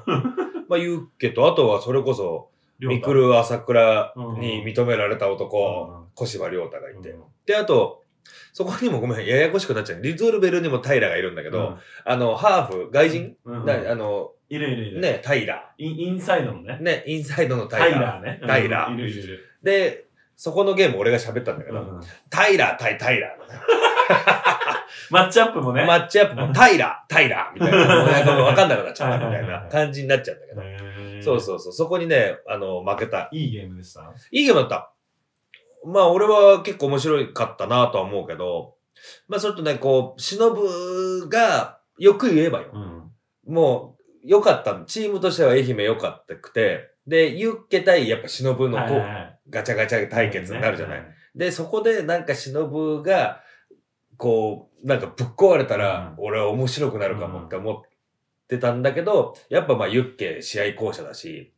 [SPEAKER 2] まあユッケと、あとはそれこそ、ミク
[SPEAKER 3] 亮
[SPEAKER 2] ル朝倉
[SPEAKER 3] 太
[SPEAKER 2] に認められた男、
[SPEAKER 3] う
[SPEAKER 2] 小芝良太がい
[SPEAKER 3] ん
[SPEAKER 2] て、で、あと、そこにもごめん、ややこしくなっちゃう。リゾルベルにも平がいるんだけど、あの、ハーフ、外人、
[SPEAKER 3] うん、うん
[SPEAKER 2] だあの、
[SPEAKER 3] いるいるいる。
[SPEAKER 2] ね、平。
[SPEAKER 3] イン、インサイドのね。
[SPEAKER 2] ね、インサイドの
[SPEAKER 3] タイ
[SPEAKER 2] 平。
[SPEAKER 3] ラーね。
[SPEAKER 2] タイラー
[SPEAKER 3] うんいるいるいる。
[SPEAKER 2] で、そこのゲーム俺が喋ったんだけど、平、対平。
[SPEAKER 3] マッチアップもね。
[SPEAKER 2] マッチアップも平、平、みたいな。もうなんかわかんなくなっちゃったみたいな感じになっちゃうんだけど。
[SPEAKER 3] へー
[SPEAKER 2] そうそうそう。そこにね、あの、負けた。
[SPEAKER 3] いいゲームでした。
[SPEAKER 2] いいゲームだった。まあ、俺は結構面白かったなとは思うけど、まあ、それとね、こう、忍が、よく言えばよ。
[SPEAKER 3] うん。
[SPEAKER 2] もう、良かった。チームとしては愛媛良かったくて、で、ユッケ対やっぱ忍の
[SPEAKER 3] はい
[SPEAKER 2] こ
[SPEAKER 3] は
[SPEAKER 2] う
[SPEAKER 3] いはい
[SPEAKER 2] ガチャガチャ対決になるじゃな。
[SPEAKER 3] はい
[SPEAKER 2] で、そこでなんか忍が、こう、なんかぶっ壊れたら、
[SPEAKER 3] う
[SPEAKER 2] 俺は面白くなるかもって思ってたんだけど、やっぱまあユッケ試合巧者だし、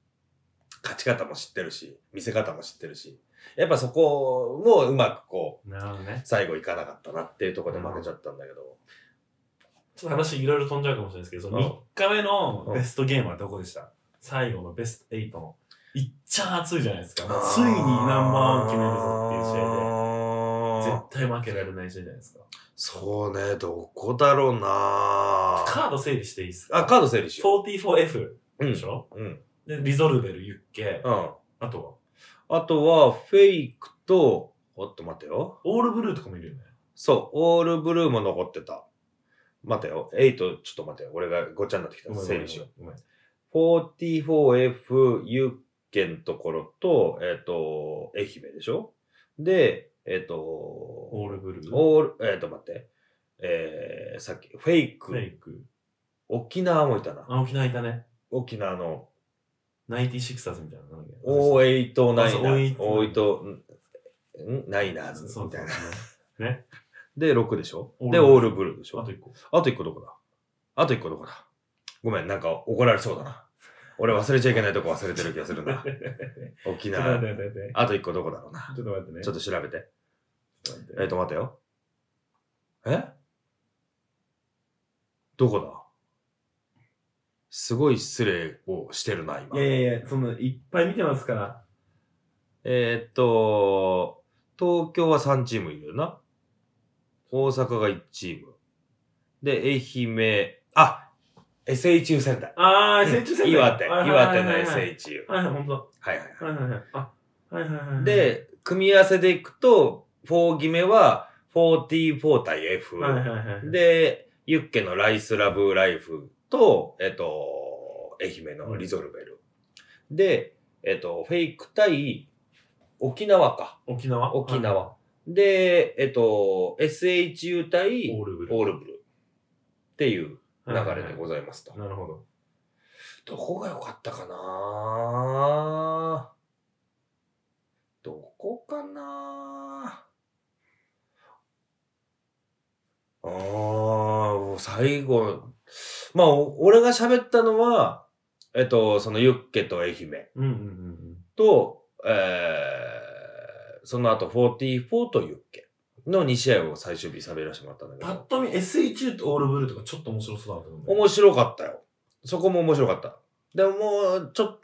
[SPEAKER 2] 勝ち方も知ってるし、見せ方も知ってるし、やっぱそこもうまくこう、
[SPEAKER 3] いなるほどね。
[SPEAKER 2] 最後いかなかったなっていうところで負けちゃったんだけど、
[SPEAKER 3] ちょっと話いろいろ飛んじゃうかもしれないですけど、その
[SPEAKER 2] うん
[SPEAKER 3] 3日目のベストゲームはどこでした最後のベスト8の。いっちゃん熱いじゃないですか。もうついにナンバーワン決めるぞっていう試合で。
[SPEAKER 2] 試
[SPEAKER 3] 絶対負けられない試合じゃないですか。
[SPEAKER 2] そうね、どこだろうなあ、
[SPEAKER 3] カード整理していいですか
[SPEAKER 2] カード整理しよ
[SPEAKER 3] 44F
[SPEAKER 2] う。うん
[SPEAKER 3] でし。ょ、
[SPEAKER 2] うん。
[SPEAKER 3] で、リゾルベル、ユッケ、
[SPEAKER 2] うん。
[SPEAKER 3] あとは、
[SPEAKER 2] あとは、フェイクと、おっと待てよ。
[SPEAKER 3] オールブルーとかもいるよね。
[SPEAKER 2] そう、オールブルーも残ってた。待てよ。8、ちょっと待てよ。俺がごちゃになってきた。整理しよう。
[SPEAKER 3] う。ごめん
[SPEAKER 2] 44F、ユッケのところと、えっ、と、愛媛でしょで、えっ、と、オ
[SPEAKER 3] オールブルー、
[SPEAKER 2] ール、えっ、と、待って。えー、さっき、フェイ
[SPEAKER 3] フェ
[SPEAKER 2] ク、
[SPEAKER 3] イク、
[SPEAKER 2] 沖縄もいたな。
[SPEAKER 3] あ、沖縄いたね。
[SPEAKER 2] 沖縄の、
[SPEAKER 3] ナイティシクサーズみたいなのなんだっけ。
[SPEAKER 2] オーエイトナイナーズ
[SPEAKER 3] あ。そう
[SPEAKER 2] オ
[SPEAKER 3] オー
[SPEAKER 2] ーエ
[SPEAKER 3] エ
[SPEAKER 2] イ
[SPEAKER 3] イ
[SPEAKER 2] ト、んんナイナーズ
[SPEAKER 3] そう
[SPEAKER 2] みたいな。
[SPEAKER 3] ね。ね。
[SPEAKER 2] で、6でしょ
[SPEAKER 3] オールブルー
[SPEAKER 2] で、オールブルーでし
[SPEAKER 3] あ
[SPEAKER 2] ょ
[SPEAKER 3] と一個。
[SPEAKER 2] あと1個どこだあと1個どこだごめん、なんか怒られそうだな。俺忘れちゃいけないとこ忘れてる気がす
[SPEAKER 3] [LAUGHS]
[SPEAKER 2] るな
[SPEAKER 3] ち。ょ
[SPEAKER 2] 沖
[SPEAKER 3] っと待っ
[SPEAKER 2] 縄
[SPEAKER 3] て。待って待って
[SPEAKER 2] あと1個どこだろうな。
[SPEAKER 3] ちょっと待ってね。
[SPEAKER 2] ちょっと調べて。
[SPEAKER 3] ちょっと待って
[SPEAKER 2] えっ、と、待てよ。えどこだすごい失礼をしてるな、今。
[SPEAKER 3] いやいやいや、その、いっぱい見てますから。
[SPEAKER 2] えーっと、東京は3チームいるよな。大阪が1チーム。で、愛媛、あ !SHU 仙台。
[SPEAKER 3] あー、成長戦
[SPEAKER 2] 岩手、
[SPEAKER 3] はいはい
[SPEAKER 2] 岩
[SPEAKER 3] はい
[SPEAKER 2] 手の
[SPEAKER 3] はい
[SPEAKER 2] SHU。
[SPEAKER 3] はいはい、ほんと。
[SPEAKER 2] はいはいは。
[SPEAKER 3] はいはいはい。あ、はいはいはいはいい。、
[SPEAKER 2] で、組み合わせでいくと、4決めは44対 F。
[SPEAKER 3] はいはいはい。、
[SPEAKER 2] で、ユッケのライスラブライフと、えっと、愛媛のリゾルベル。で、えっと、フェイク対沖縄か。
[SPEAKER 3] 沖縄
[SPEAKER 2] 沖
[SPEAKER 3] は
[SPEAKER 2] 縄。で、えっと、SHU
[SPEAKER 3] い
[SPEAKER 2] 対
[SPEAKER 3] オールブルー。
[SPEAKER 2] オールブルーっていう流
[SPEAKER 3] はいはい
[SPEAKER 2] れでございますと。
[SPEAKER 3] なるほど。
[SPEAKER 2] どこが良かったかなどこかなあー最後、まあ、お俺が喋ったのは、えっと、そのユッケと愛媛
[SPEAKER 3] うんうんうんうん。
[SPEAKER 2] と、えー、その後44とユッケの2試合を最終日喋らせてもらったんだけ
[SPEAKER 3] パッ
[SPEAKER 2] ど、
[SPEAKER 3] と見 SE2 とオールブルーとかちょっと面白そうだなと思う。
[SPEAKER 2] 面白かったよ。そこも面白かった。でももう、ちょっ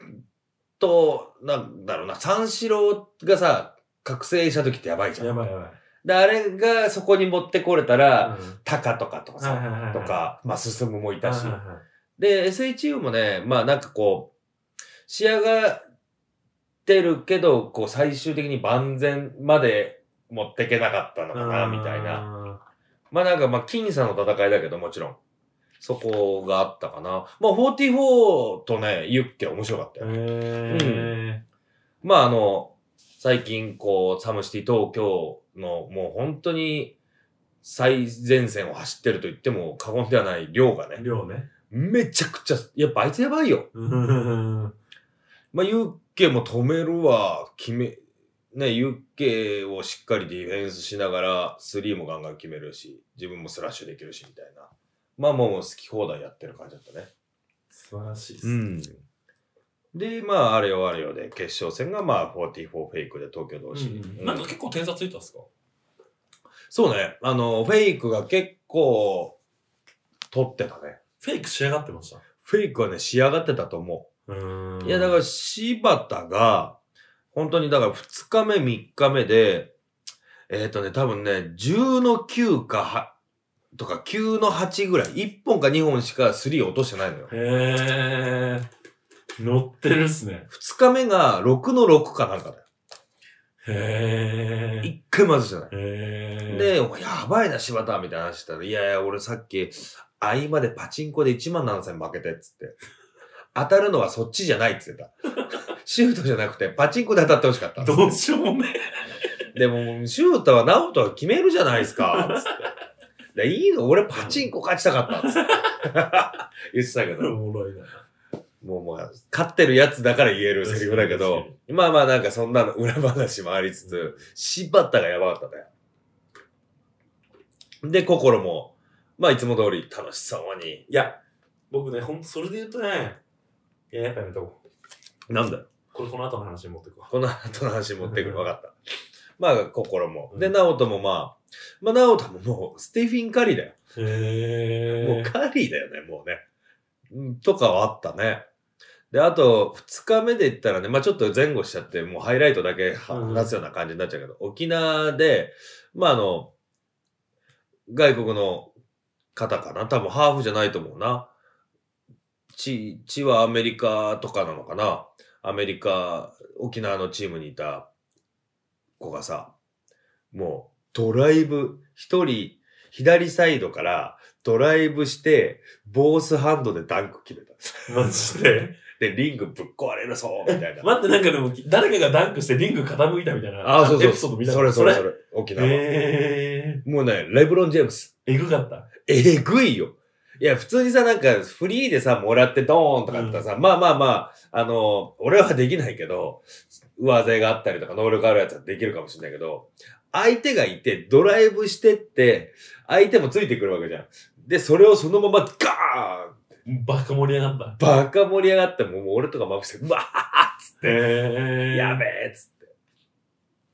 [SPEAKER 2] と、なんだろうな、三四郎がさ、覚醒した時ってやばいじゃ
[SPEAKER 3] や
[SPEAKER 2] ん。
[SPEAKER 3] ばいやばい。
[SPEAKER 2] で、あれがそこに持ってこれたら、
[SPEAKER 3] うん
[SPEAKER 2] タカとかとか
[SPEAKER 3] はい
[SPEAKER 2] さ、
[SPEAKER 3] はいはいはい
[SPEAKER 2] と、か、まあ、進むもいた
[SPEAKER 3] だ
[SPEAKER 2] し
[SPEAKER 3] し。。
[SPEAKER 2] で、SHU もね、まあなんかこう、仕上がってるけど、こう最終的に万全まで持ってけなかったのかな、みたいな。
[SPEAKER 3] な。
[SPEAKER 2] まあなんかまあ僅差の戦いだけど、もちろん。そこがあったかな。まあ44とね、ユッケ面白かったよ。
[SPEAKER 3] へ
[SPEAKER 2] まああの、最近こう、サムシティ東京のもう本当に最前線を走ってると言っても過言ではない量が
[SPEAKER 3] ぇ
[SPEAKER 2] ね、
[SPEAKER 3] 量ね。
[SPEAKER 2] めちゃくちゃ、やっぱあいつやばいよ。
[SPEAKER 3] うん
[SPEAKER 2] まあ、ユッケも止めるわ、決め、ね、ユッケをしっかりディフェンスしながら、スリーもガンガン決めるし、自分もスラッシュできるし、みたいな。まあ、もう好き放題やってる感じだったね。
[SPEAKER 3] 素晴らしいです。
[SPEAKER 2] ん。で、まあ、あれよあれよで、決勝戦がまあ、44フェイクで東京同士。
[SPEAKER 3] うん
[SPEAKER 4] なんか結構点差ついたんですか
[SPEAKER 2] そうね、あの、フェイクが結構、取ってたね。
[SPEAKER 3] フェイク仕上がってました。
[SPEAKER 2] フェイクはね、仕上がってたと思う。
[SPEAKER 3] うん
[SPEAKER 2] いや、だから、柴田が、本当に、だから2日目、3日目で、えっ、とね、多分ね、10の9かは、とか9の8ぐらい、1本か2本しかスリー落としてないのよ。
[SPEAKER 3] へぇー。乗ってるっすね。
[SPEAKER 2] 2日目が6の6かなんかだよ。
[SPEAKER 3] へぇー。
[SPEAKER 2] 1回も外してない。
[SPEAKER 3] へー。
[SPEAKER 2] で、お前やばいな、柴田みたいな話したら、いやいや、俺さっき、合間でパチンコで1万7000負けてっつって。当たるのはそっちじゃないっつっ
[SPEAKER 3] [LAUGHS]
[SPEAKER 2] てた。シフトじゃなくて、パチンコで当たってほしかったっつって。
[SPEAKER 3] どうしようもね。
[SPEAKER 2] でも、シュータは直人は決めるじゃないで
[SPEAKER 3] [LAUGHS]
[SPEAKER 2] すか、つって。でいいの俺パチンコ勝ちたかった、
[SPEAKER 3] [LAUGHS]
[SPEAKER 2] つって。言ってたけ
[SPEAKER 3] お
[SPEAKER 2] ど、
[SPEAKER 3] もろいな。
[SPEAKER 2] もうもう、勝ってるやつだから言えるセリフだけど、まあまあなんかそんなの裏話もありつつ、柴田がやばかったね。で、心も、まあいつも通り楽しそうに。
[SPEAKER 3] いや、僕ね、ほんとそれで言うとね、いや、やっぱやめとこう。
[SPEAKER 2] なんだよ。
[SPEAKER 3] これこの後の話に持ってくわ。
[SPEAKER 2] この後の話持ってくる。わかった。まあ、心も。で、
[SPEAKER 3] うん
[SPEAKER 2] 直人もまあ、まあ直人ももう、ステフィン・カリーだよ。
[SPEAKER 3] へ
[SPEAKER 2] もうカリーだよね、もうね。うんとかはあったね。で、あと、二日目で言ったらね、まあちょっと前後しちゃって、もうハイライトだけは
[SPEAKER 3] うん
[SPEAKER 2] 話すような感じになっちゃうけど、沖縄で、まああの、外国の方かな多分ハーフじゃないと思うな。ち、ちはアメリカとかなのかなアメリカ、沖縄のチームにいた子がさ、もうドライブ、一人、左サイドからドライブして、ボースハンドでダンク決めた。
[SPEAKER 3] マジで。
[SPEAKER 2] で、リングぶっ壊れるそうみたいな。
[SPEAKER 3] 待って、なんかでも、誰かがダンクしてリング傾いたみたいな。
[SPEAKER 2] あ、そう
[SPEAKER 3] エ
[SPEAKER 2] そ
[SPEAKER 3] ピソード
[SPEAKER 2] う。
[SPEAKER 3] 見た
[SPEAKER 2] それそれそ
[SPEAKER 3] れ。
[SPEAKER 2] れ。沖縄。
[SPEAKER 3] え
[SPEAKER 2] もうね、レブロン・ジェームス。
[SPEAKER 3] ー。えぐかった。
[SPEAKER 2] えぐいよ。いや、普通にさ、なんか、フリーでさ、もらってドーンとかだったらさ、まあまあまあ、あの、俺はできないけど、上背があったりとか、能力あるやつはできるかもしれないけど、相手がいて、ドライブしてって、相手もついてくるわけじゃん。で、それをそのままガーン
[SPEAKER 3] バカ盛り上がった。
[SPEAKER 2] バカ盛り上がって、もうもう俺とかまぶして、うわ
[SPEAKER 3] えー。
[SPEAKER 2] やべえっつっ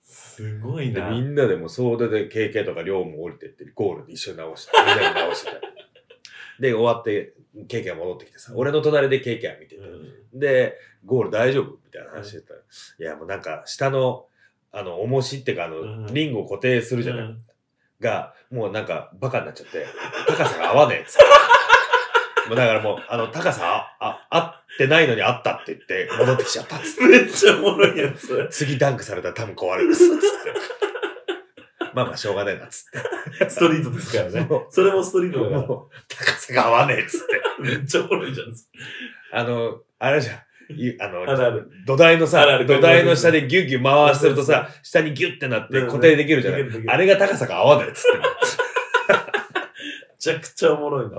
[SPEAKER 3] すごい
[SPEAKER 2] て、
[SPEAKER 3] な。
[SPEAKER 2] みんなでもう総出で KK とか両も降りてって、ゴールで一緒に直して、みんなで直してた。で、終わって、KK が戻ってきてさ、俺の隣で KK が見てて、で、ゴール大丈夫みたいな話してたら、いや、もうなんか、下の、あの、重しっていうか、あの、
[SPEAKER 3] うん
[SPEAKER 2] リングを固定す
[SPEAKER 3] う
[SPEAKER 2] る
[SPEAKER 3] ん
[SPEAKER 2] じゃない、
[SPEAKER 3] うん
[SPEAKER 2] が、もうなんか、バカになっちゃって、高さが合わねえっ
[SPEAKER 3] [LAUGHS]
[SPEAKER 2] つって。もうだからもう、あの、高さあ、あ、合ってないのにあったって言って、戻ってきちゃったっつって。
[SPEAKER 3] めっちゃおもろいやつ。
[SPEAKER 2] 次ダンクされたら多分壊れます。
[SPEAKER 3] [LAUGHS]
[SPEAKER 2] つって。まあまあ、しょうがねえな、つって。
[SPEAKER 3] ストリートですからね
[SPEAKER 2] そう。
[SPEAKER 3] それもストリートだか
[SPEAKER 2] もう、高さが合わねえ、つって。
[SPEAKER 3] ら。めっちゃおもろいじゃん。
[SPEAKER 2] あの、あれじゃん。いあ
[SPEAKER 3] あるあ
[SPEAKER 2] の、
[SPEAKER 3] る。
[SPEAKER 2] 土台の
[SPEAKER 3] あ
[SPEAKER 2] さ
[SPEAKER 3] るあ、る
[SPEAKER 2] 土台の下でギュッギュッ回するとさ、下にギュッてなって固定できるじゃな
[SPEAKER 3] できるでき
[SPEAKER 2] い
[SPEAKER 3] る
[SPEAKER 2] あれが高さが合わないっつって。
[SPEAKER 3] めちゃくちゃおもろいな。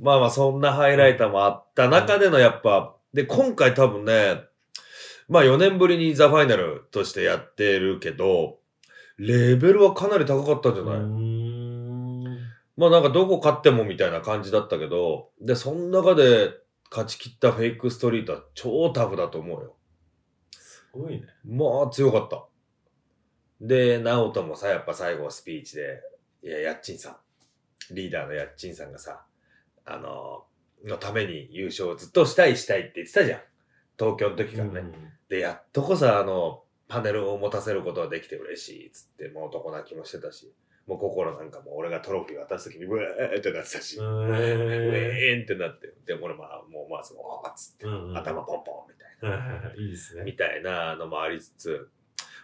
[SPEAKER 2] まあまあ、そんなハイライターもあった中でのやっぱ、で、今回多分ね、まあ4年ぶりにザ・ファイナルとしてやってるけど、レベルはかなり高かったんじゃ
[SPEAKER 3] う
[SPEAKER 2] ない
[SPEAKER 3] ーん。
[SPEAKER 2] まあなんかどこ勝ってもみたいな感じだったけど、で、その中で勝ち切ったフェイクストリートは超タフだと思うよ。
[SPEAKER 3] ごいね。
[SPEAKER 2] まあ強かった。で、直人もさ、やっぱ最後スピーチで、いや、やっちんさん、リーダーのやっちんさんがさ、あののために優勝をずっとしたいしたいって言ってたじゃん。東京の時からね。で、やっとこそあの、パネルを持たせることができて嬉しいっつって、もう男泣きもしてたし、もう心なんかもう俺がトロフィー渡す時に、ブーってなってたし、ウ
[SPEAKER 3] うん。
[SPEAKER 2] ェ
[SPEAKER 3] え
[SPEAKER 2] ーンってなって、で、俺まあ、もうまあ、その、おーっつって、
[SPEAKER 3] ー。
[SPEAKER 2] 頭ポンポンみたいな。
[SPEAKER 3] うん。いいですね。
[SPEAKER 2] みたいなのもありつつ、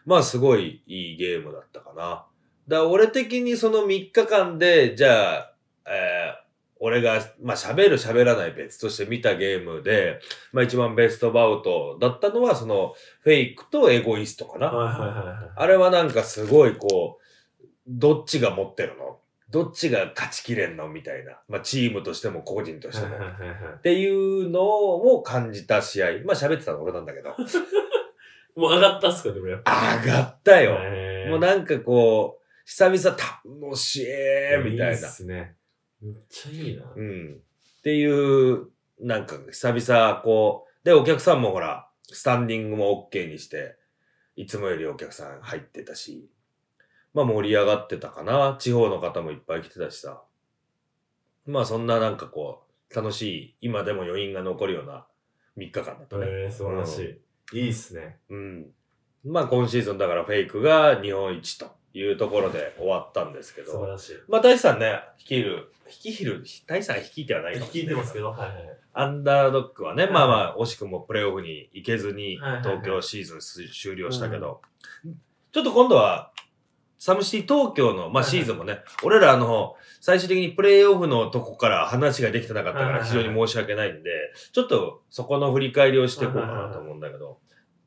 [SPEAKER 2] まあすごいいいゲームだったかな。だから俺的にその3日間で、じゃあ、えー俺が、まあ喋る喋らない別として見たゲームで、まあ一番ベストバウトだったのは、そのフェイクとエゴイストかな。
[SPEAKER 3] はいはいはいはい。
[SPEAKER 2] あれはなんかすごいこう、どっちが持ってるのどっちが勝ちきれんのみたいな。まあチームとしても個人としても。
[SPEAKER 3] はいはいはい
[SPEAKER 2] っていうのを感じた試合。まあ喋ってたの俺なんだけど。
[SPEAKER 3] もう上がったっすか、でもやっぱ。
[SPEAKER 2] 上がったよ。
[SPEAKER 3] へー
[SPEAKER 2] もうなんかこう、久々楽しいみた
[SPEAKER 3] いいっ
[SPEAKER 2] いな。
[SPEAKER 3] すね。めっちゃいいな。
[SPEAKER 2] うん。っていう、なんか久々こう、で、お客さんもほら、スタンディングも OK にして、いつもよりお客さん入ってたし、まあ盛り上がってたかな。地方の方もいっぱい来てたしさ。まあそんななんかこう、楽しい、今でも余韻が残るような3日間だったね。
[SPEAKER 3] えー、素晴らしい。いいっすね。
[SPEAKER 2] うん。まあ今シーズンだからフェイクが日本一というところで終わったんですけ
[SPEAKER 3] 素晴
[SPEAKER 2] ど。
[SPEAKER 3] らしい。
[SPEAKER 2] まあ大志さんね、率いる、率いる、大志さん率いてはないかもしれ
[SPEAKER 3] 聞いて
[SPEAKER 2] ない
[SPEAKER 3] ますけど、はいはい。
[SPEAKER 2] アンダードックはね、
[SPEAKER 3] はい
[SPEAKER 2] まあまあ惜しくもプレイオフに行けずに
[SPEAKER 3] はいはいはい
[SPEAKER 2] 東京シーズンす終了したけど、ちょっと今度はサムシティ東京の、まあ、
[SPEAKER 3] はいはい
[SPEAKER 2] シーズンもね、俺らあの最終的にプレイオフのとこから話ができてなかったか
[SPEAKER 3] はいはい
[SPEAKER 2] ら
[SPEAKER 3] はい
[SPEAKER 2] 非常に申し訳ないんで、ちょっとそこの振り返りをしていこうかなと思うんだけど、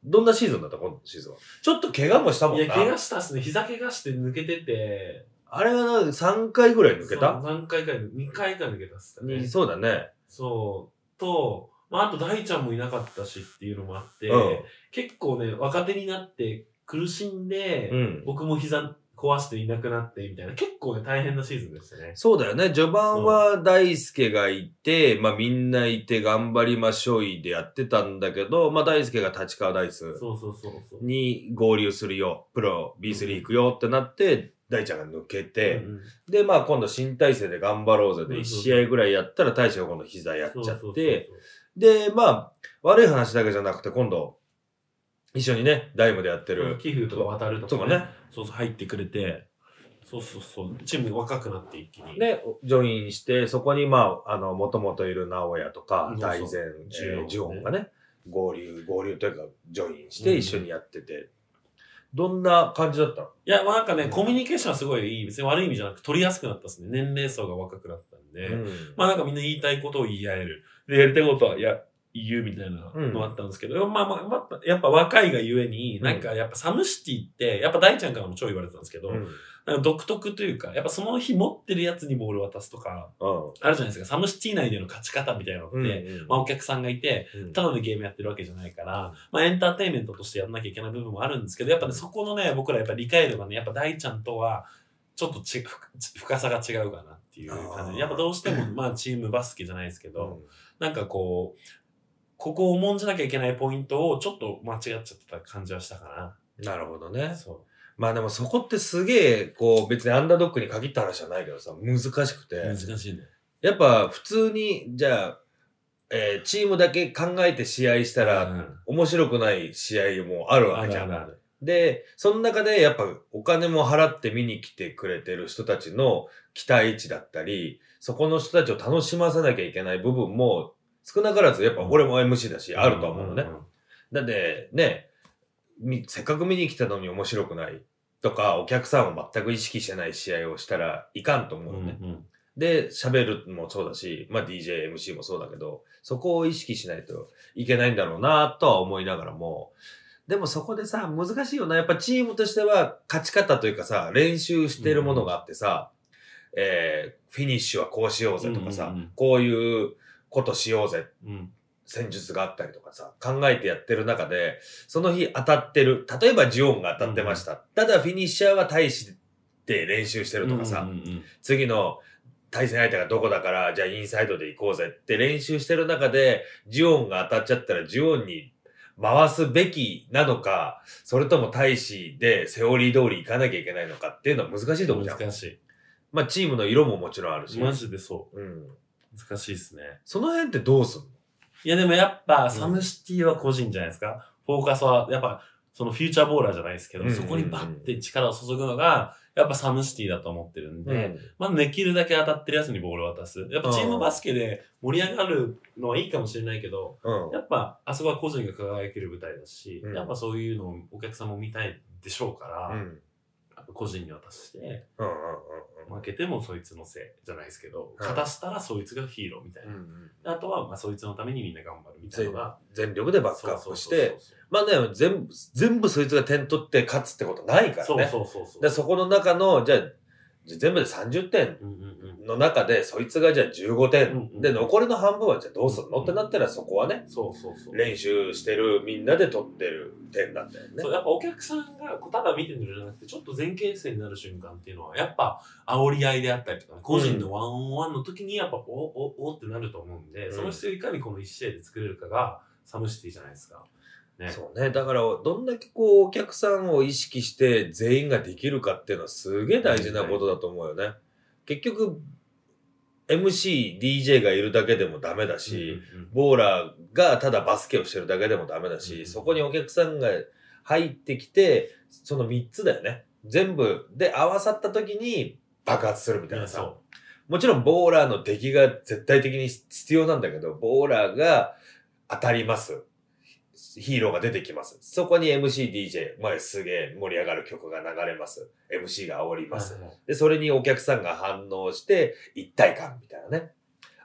[SPEAKER 2] どんなシーズンだった今シーズンは。ちょっと怪我もしたも
[SPEAKER 3] い
[SPEAKER 2] ん
[SPEAKER 3] や、怪
[SPEAKER 2] な
[SPEAKER 3] 我。したっすね。膝怪我して抜けてて。
[SPEAKER 2] あれがなんか3回ぐらい抜け
[SPEAKER 3] そう
[SPEAKER 2] た
[SPEAKER 3] 何回か、2回か抜けたっすかね
[SPEAKER 2] に。そうだね。
[SPEAKER 3] そう。と、まあ、あと大ちゃんもいなかったしっていうのもあって、
[SPEAKER 2] うん
[SPEAKER 3] 結構ね、若手になって苦しんで、
[SPEAKER 2] うん。
[SPEAKER 3] 僕も膝壊していなくなってみたいな、結構ね、大変なシーズンでしたね。
[SPEAKER 2] そうだよね。序盤は大輔がいて、まあみんないて頑張りましょういでやってたんだけど、まあ大輔が立川ダイス
[SPEAKER 3] そうそうそうそう。
[SPEAKER 2] に合流するよ、プロ B3 行くよってなって、大ちゃんが抜けて、
[SPEAKER 3] うんうん
[SPEAKER 2] で、まあ今度新体制で頑張ろうぜで、
[SPEAKER 3] うんうん
[SPEAKER 2] 1試合ぐらいやったら大将が今度膝やっち
[SPEAKER 3] そ
[SPEAKER 2] ゃ
[SPEAKER 3] うそうそう
[SPEAKER 2] っ
[SPEAKER 3] そう
[SPEAKER 2] て、で、まあ悪い話だけじゃなくて今度、一緒にね、ダイムでやってる。
[SPEAKER 3] 寄付とか渡ると
[SPEAKER 2] と
[SPEAKER 3] か
[SPEAKER 2] か
[SPEAKER 3] ね
[SPEAKER 2] ね。
[SPEAKER 3] そうそう入ってくれてそうそうそうチーム若くなって一気に
[SPEAKER 2] で、ジョインして、そこに、まあ、あの、もともといる直哉とか
[SPEAKER 3] うん、
[SPEAKER 2] 大前、
[SPEAKER 3] そう
[SPEAKER 2] えー
[SPEAKER 3] ジ
[SPEAKER 2] ジ
[SPEAKER 3] ュ
[SPEAKER 2] ュ
[SPEAKER 3] オ
[SPEAKER 2] オ
[SPEAKER 3] ンね
[SPEAKER 2] ンがね、合流、合流というか、ジョインし
[SPEAKER 3] う
[SPEAKER 2] て
[SPEAKER 3] ん
[SPEAKER 2] 一緒にやってて、どんな感じだったの
[SPEAKER 3] いやまあなんかね、コミュニケーションはすごいいい別に悪い意味じゃなく取りやすくなったですね年齢層が若くなったんで、
[SPEAKER 2] うん
[SPEAKER 3] まあなんかみんな言いたいことを言い合えるでやりたいことはや言うみたいなのあったんですけど、まあまあ、まあ、やっぱ若いがゆえに、なんかやっぱサムシティって、やっぱ大ちゃんからも超言われてたんですけど、
[SPEAKER 2] うん
[SPEAKER 3] なんか独特というか、やっぱその日持ってるやつにボール渡すとか、
[SPEAKER 2] うん
[SPEAKER 3] あるじゃないですか、サムシティ内での勝ち方みたいなのって、
[SPEAKER 2] うん
[SPEAKER 3] まあお客さんがいて、
[SPEAKER 2] うん
[SPEAKER 3] ただのゲームやってるわけじゃないから、まあエンターテインメントとしてやんなきゃいけない部分もあるんですけど、やっぱね、そこのね、僕らやっぱ理解度がね、やっぱ大ちゃんとは、ちょっとちふ深さが違うかなっていう感
[SPEAKER 2] あ
[SPEAKER 3] じ
[SPEAKER 2] ー
[SPEAKER 3] で、やっぱどうしても、まあチームバスケじゃないですけ
[SPEAKER 2] う
[SPEAKER 3] ど、
[SPEAKER 2] ん
[SPEAKER 3] なんかこう、ここを重んじなきゃいけないポイントをちょっと間違っちゃってた感じはしたか
[SPEAKER 2] なるほど
[SPEAKER 3] な。
[SPEAKER 2] ね。
[SPEAKER 3] そ
[SPEAKER 2] まあでもそこってすげえ、こう、別にアンダードックに限った話じゃないけどさ、難しくて
[SPEAKER 3] う。。難しいね。
[SPEAKER 2] やっぱ普通に、じゃあ、えーチームだけ考えて試合したら、
[SPEAKER 3] うん
[SPEAKER 2] 面白くない試合もあるわ
[SPEAKER 3] あ
[SPEAKER 2] けじ
[SPEAKER 3] る
[SPEAKER 2] ゃ
[SPEAKER 3] あ
[SPEAKER 2] ん
[SPEAKER 3] る。ある。
[SPEAKER 2] で、その中でやっぱお金も払って見に来てくれてる人たちの期待値だったり、そこの人たちを楽しませなきゃいけない部分も少なからずやっぱ俺も MC だし、あると思うのね。
[SPEAKER 3] ん
[SPEAKER 2] だってね、みせっかく見に来たのに面白くないとか、お客さんを全く意識してない試合をしたらいかんと思う
[SPEAKER 3] う
[SPEAKER 2] の
[SPEAKER 3] ん
[SPEAKER 2] ね。
[SPEAKER 3] うん。
[SPEAKER 2] で、喋るもそうだし、まあ DJ、MC もそうだけど、そこを意識しないといけないんだろうなとは思いながらも、でもそこでさ、難しいよな。やっぱチームとしては勝ち方というかさ、練習してるものがあってさ、えー、フィニッシュはこうしようぜとかさ、
[SPEAKER 3] うんうんうん
[SPEAKER 2] こういうことしようぜ、
[SPEAKER 3] うん。
[SPEAKER 2] 戦術があったりとかさ、考えてやってる中で、その日当たってる、例えばジオンが当たってました。ただフィニッシャーは大して練習してるとかさ、
[SPEAKER 3] うんうんうん
[SPEAKER 2] 次の対戦相手がどこだから、じゃあインサイドで行こうぜって練習してる中で、ジオンが当たっちゃったら、ジオンに回すべきなのか、それとも大使でセオリー通り行かなきゃいけないのかっていうのは難しいと思うじゃん。
[SPEAKER 3] 難し
[SPEAKER 2] まあチームの色ももちろんある
[SPEAKER 3] い。
[SPEAKER 2] し。
[SPEAKER 3] マジでそ
[SPEAKER 2] うん。
[SPEAKER 3] う。難しいですね。
[SPEAKER 2] その辺ってどうすんの
[SPEAKER 3] いやでもやっぱ、サムシティは個人じゃないですか。フォーカスは、やっぱ、そのフューチャーボーラーじゃないですけ
[SPEAKER 2] うん
[SPEAKER 3] ど、
[SPEAKER 2] うんうん
[SPEAKER 3] そこにバッて力を注ぐのが、やっぱサムシティだと思ってるんで、
[SPEAKER 2] うん
[SPEAKER 3] まあできるだけ当たってるやつにボールを渡す。やっぱチームバスケで盛り上がるのはいいかもしれないけど、
[SPEAKER 2] うん。
[SPEAKER 3] やっぱあそこは個人が輝ける舞台だし、
[SPEAKER 2] うん
[SPEAKER 3] やっぱそういうのをお客様も見たいでしょうから、
[SPEAKER 2] うん。うん
[SPEAKER 3] 個人に渡して、
[SPEAKER 2] うん
[SPEAKER 3] 負けてもそいつのせいじゃないですけど、勝たしたらそいつがヒーローみたい
[SPEAKER 2] うんう
[SPEAKER 3] な。
[SPEAKER 2] んうん。
[SPEAKER 3] あとは、まあそいつのためにみんな頑張るみたいな
[SPEAKER 2] 全
[SPEAKER 3] のが、
[SPEAKER 2] 全力でバックアップして、
[SPEAKER 3] そう
[SPEAKER 2] まあね、全部、全部そいつが点取って勝つってことないからね。
[SPEAKER 3] そうそうそうそうそうそう。
[SPEAKER 2] でそこの中の、じゃあ、じゃあ全部で30点
[SPEAKER 3] うんうんうん。
[SPEAKER 2] の中で、そいつがじゃあ15点、
[SPEAKER 3] うんうん
[SPEAKER 2] で、残りの半分はじゃあどうするの、
[SPEAKER 3] うん
[SPEAKER 2] ってなったら、そこはね、
[SPEAKER 3] そうそうそう。
[SPEAKER 2] 練習してるみんなで取ってる点なんだよね
[SPEAKER 3] そう。やっぱお客さんがこうただ見てるんじゃなくてちょっと前傾姿勢になる瞬間っていうのはやっぱ煽り合いであったりとか、ね、個人のワンオンワンの時にやっぱおおおってなると思うんで、
[SPEAKER 2] うん
[SPEAKER 3] その姿勢をいかにこの1試合で作れるかがサムシティじゃないですか。ね、
[SPEAKER 2] そうね。だから、どんだけこう、お客さんを意識して全員ができるかっていうのはすげえ大事なことだと思うよね。結局、MC、DJ がいるだけでもダメだ
[SPEAKER 3] うん
[SPEAKER 2] し、
[SPEAKER 3] うん
[SPEAKER 2] ボーラーがただバスケをしてるだけでもダメだし、
[SPEAKER 3] うん
[SPEAKER 2] そこにお客さんが入ってきて、その3つだよね。全部で合わさった時に爆発するみたい
[SPEAKER 3] い
[SPEAKER 2] な
[SPEAKER 3] や
[SPEAKER 2] さ。
[SPEAKER 3] そ
[SPEAKER 2] もちろんボーラーの出来が絶対的に必要なんだけど、ボーラーが当たります。ヒーローが出てきます。そこに MC、DJ、まあ、すげえ盛り上がる曲が流れます。MC が煽り
[SPEAKER 3] う
[SPEAKER 2] ます。
[SPEAKER 3] はいはい
[SPEAKER 2] で、それにお客さんが反応して一体感みたいなね。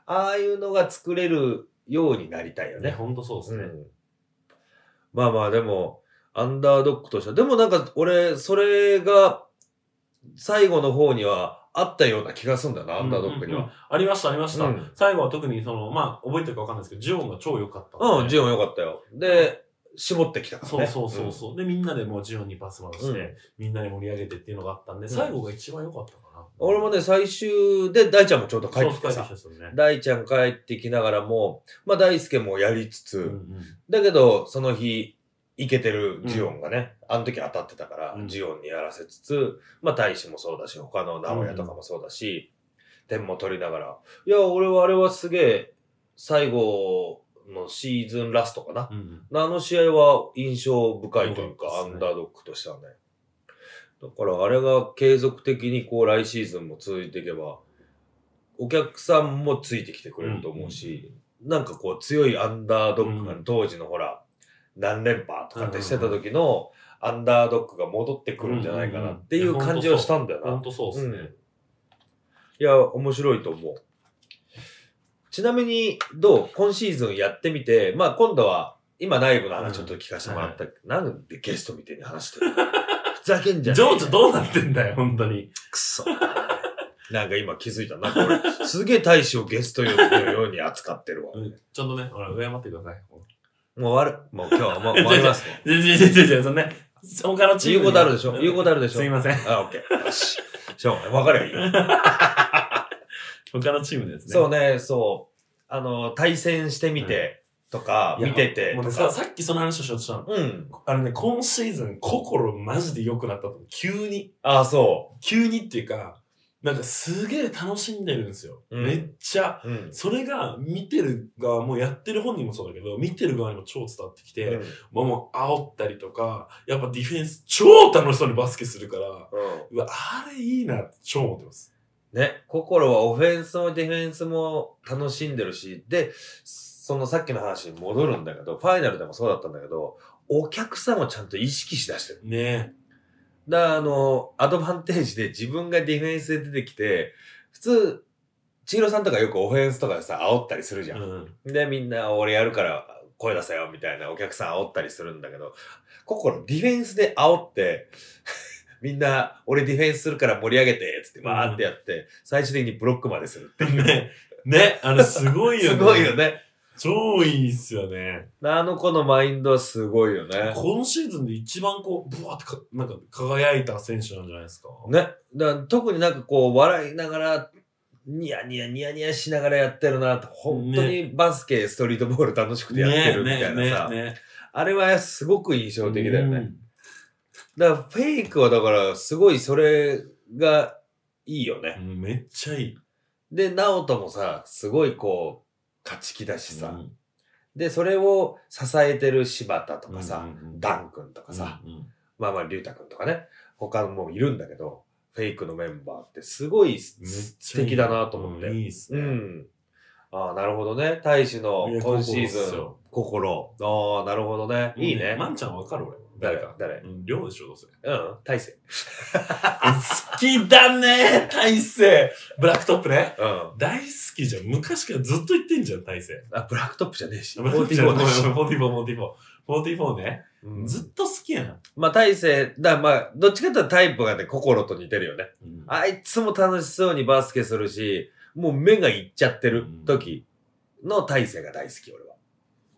[SPEAKER 2] ああいうのが作れるようになりたいよ
[SPEAKER 3] ね、
[SPEAKER 2] ね。
[SPEAKER 3] 本当そうですね。
[SPEAKER 2] うんまあまあでも、アンダードックとしては、でもなんか俺、それが最後の方にはあったような気がするんだよな、アンダードックに
[SPEAKER 3] うんうんう
[SPEAKER 2] は。
[SPEAKER 3] んありました、ありました。
[SPEAKER 2] うん
[SPEAKER 3] 最後は特にその、まあ、覚えてるかわかんないですけど、ジオンが超良かったんで。
[SPEAKER 2] うん、ジオンよかったよ。で、絞ってきたから
[SPEAKER 3] そう
[SPEAKER 2] ね。
[SPEAKER 3] そうそうそう、で、みんなでもうジオンにパス回して、
[SPEAKER 2] うん
[SPEAKER 3] みんなで盛り上げてっていうのがあったんで、最後が一番良かったかな。
[SPEAKER 2] うん俺もね、最終で大ちゃんもちょうど帰
[SPEAKER 3] そう
[SPEAKER 2] っ
[SPEAKER 3] 帰
[SPEAKER 2] て
[SPEAKER 3] ってき
[SPEAKER 2] きて
[SPEAKER 3] た
[SPEAKER 2] さ
[SPEAKER 3] ん。ですよね。
[SPEAKER 2] 大ちゃん帰ってきながらも、まあ大輔もやりつつ、
[SPEAKER 3] うんうん
[SPEAKER 2] だけど、その日、いけてるジオンがね、あの時当たってたから、
[SPEAKER 3] うん
[SPEAKER 2] ジオンにやらせつつ、まあ、大使もそうだし、他の名古屋とかもそうだし、点も取りながら、いや、俺はあれはすげえ、最後のシーズンラストかな。
[SPEAKER 3] うんうん
[SPEAKER 2] あの試合は印象深いというか、
[SPEAKER 3] そうです
[SPEAKER 2] ア
[SPEAKER 3] ね
[SPEAKER 2] ンダードックとしてはね。だから、あれが継続的にこう、来シーズンも続いていけば、お客さんもついてきてくれると思うし、なんかこう強いアンダードッグが、
[SPEAKER 3] うん
[SPEAKER 2] 当時のほら、何連覇とかってしてた時のアンダードッグが戻ってくるんじゃないかなっていう感じはしたんだよ
[SPEAKER 3] ほん
[SPEAKER 2] な。
[SPEAKER 3] とそうですね、
[SPEAKER 2] うんいや、面白いと思う。ちなみに、どう今シーズンやってみて、まあ今度は、今内部の話ちょっと聞かせてもらったけど、なんでゲストみたいに話してるの [LAUGHS] ふざけんじゃね
[SPEAKER 3] ジ
[SPEAKER 2] え
[SPEAKER 3] ョ
[SPEAKER 2] よ
[SPEAKER 3] ージどうなってんだよ、本当に。
[SPEAKER 2] くそ。なんか今気づいた。なんか俺、すげえ大使をゲスト用のように扱ってるわ。
[SPEAKER 3] ちょっとね、ほら、敬ってください。
[SPEAKER 2] もう終わる。もう今日
[SPEAKER 3] [LAUGHS]
[SPEAKER 2] はもう終わりますね。
[SPEAKER 3] じゃじゃじゃじゃじゃ、そんな、他のチームに。
[SPEAKER 2] 言うことあるでしょ言うことあるでしょ
[SPEAKER 3] すいません。
[SPEAKER 2] あ、オッケー。よし。しょうがない。わかるよ。
[SPEAKER 3] 他のチームですね。
[SPEAKER 2] そうね、そう。あの、対戦してみてとか、
[SPEAKER 3] いや
[SPEAKER 2] 見てて
[SPEAKER 3] もう
[SPEAKER 2] と
[SPEAKER 3] ねさ、
[SPEAKER 2] か。
[SPEAKER 3] さっきその話をしようとしたの。
[SPEAKER 2] うん。
[SPEAKER 3] あのね、今シーズン、心マジで良くなったと思う。急に。
[SPEAKER 2] あ、そ
[SPEAKER 3] 急にっていうか、なんかすげえ楽しんでるんですよ。
[SPEAKER 2] うん
[SPEAKER 3] めっちゃ。
[SPEAKER 2] う。うん。
[SPEAKER 3] それが見てる側もやってる本人もそうだけど、見てる側にも超伝わってきて、
[SPEAKER 2] うん
[SPEAKER 3] まあもう煽ったりとか、やっぱディフェンス超楽しそうにバスケするから、
[SPEAKER 2] う
[SPEAKER 3] うわ、あれいいなって超思ってます。
[SPEAKER 2] ん。ね、心はオフェンスもディフェンスも楽しんでるし、で、そのさっきの話に戻るんだけど、ファイナルでもそうだったんだけど、お客さんをちゃんと意識しだしてる。
[SPEAKER 3] ね
[SPEAKER 2] だからあの、アドバンテージで自分がディフェンスで出てきて、普通、千尋さんとかよくオフェンスとかでさ、煽ったりするじ
[SPEAKER 3] え。
[SPEAKER 2] ゃ。
[SPEAKER 3] うんん。
[SPEAKER 2] で、みんな俺やるから声出せよみたいなお客さん煽ったりするんだけど、ここのディフェンスで煽って、 [LAUGHS] みんな俺ディフェンスするから盛り上げて、つってバーってやって、最終的にブロックまでするっていう。
[SPEAKER 3] ね、ね、あれすごいよ
[SPEAKER 2] [LAUGHS] す
[SPEAKER 3] ね。
[SPEAKER 2] ごいよ。ね。
[SPEAKER 3] 超いいっすよね。
[SPEAKER 2] あの子のマインドはすごいよね。
[SPEAKER 3] 今シーズンで一番こう、ブワーってか、なんか輝いた選手なんじゃないですか。
[SPEAKER 2] ね。だから特になんかこう、笑いながら、ニヤニヤニヤニヤしながらやってるなって、本当にバスケ、ストリートボール楽しくてやってるみたいなさ、
[SPEAKER 3] ねねね
[SPEAKER 2] あれはすごく印象的だよ
[SPEAKER 3] う
[SPEAKER 2] ね。
[SPEAKER 3] ん
[SPEAKER 2] だからフェイクはだからすごいそれがいいよね。
[SPEAKER 3] うんめっちゃいい。
[SPEAKER 2] で、ナオトもさ、すごいこう、勝ち気だしさ。
[SPEAKER 3] うん
[SPEAKER 2] で、それを支えてる柴田とかさ、、ダン君とか
[SPEAKER 3] が
[SPEAKER 2] さ、まあまあ、龍太君とかね、他のもいるんだけど、フェイクのメンバーってすごいす
[SPEAKER 3] めっちゃいい
[SPEAKER 2] 素敵だなと思って。
[SPEAKER 3] う
[SPEAKER 2] うんん。
[SPEAKER 3] いいっすね。
[SPEAKER 2] ああ、なるほどね。大使の
[SPEAKER 3] いや
[SPEAKER 2] 今シー
[SPEAKER 3] 心
[SPEAKER 2] ズ
[SPEAKER 3] っす
[SPEAKER 2] ン
[SPEAKER 3] よ、
[SPEAKER 2] 心。ああ、なるほどね。いいね。
[SPEAKER 3] まんちゃんわかる俺。
[SPEAKER 2] 誰か誰
[SPEAKER 3] うん、量でしょ、どうせ。
[SPEAKER 2] うん、大勢。
[SPEAKER 3] 好きだね、大勢。ブラックトップね。
[SPEAKER 2] うん。
[SPEAKER 3] 大好きじゃん。昔からずっと言ってんじゃん、大勢。
[SPEAKER 2] あ、ブラックトップじゃねえし。
[SPEAKER 3] 44 [LAUGHS]
[SPEAKER 2] 44
[SPEAKER 3] だ
[SPEAKER 2] だ
[SPEAKER 3] し
[SPEAKER 2] し。
[SPEAKER 3] 44、44。44ね。
[SPEAKER 2] うん
[SPEAKER 3] ずっと好きやん。
[SPEAKER 2] まあ、大勢、だまあ、どっちかというとタイプがね、心と似てるよね。あいつも楽しそうにバスケするし、もう目がいっちゃってる時の大勢が大好き、俺は。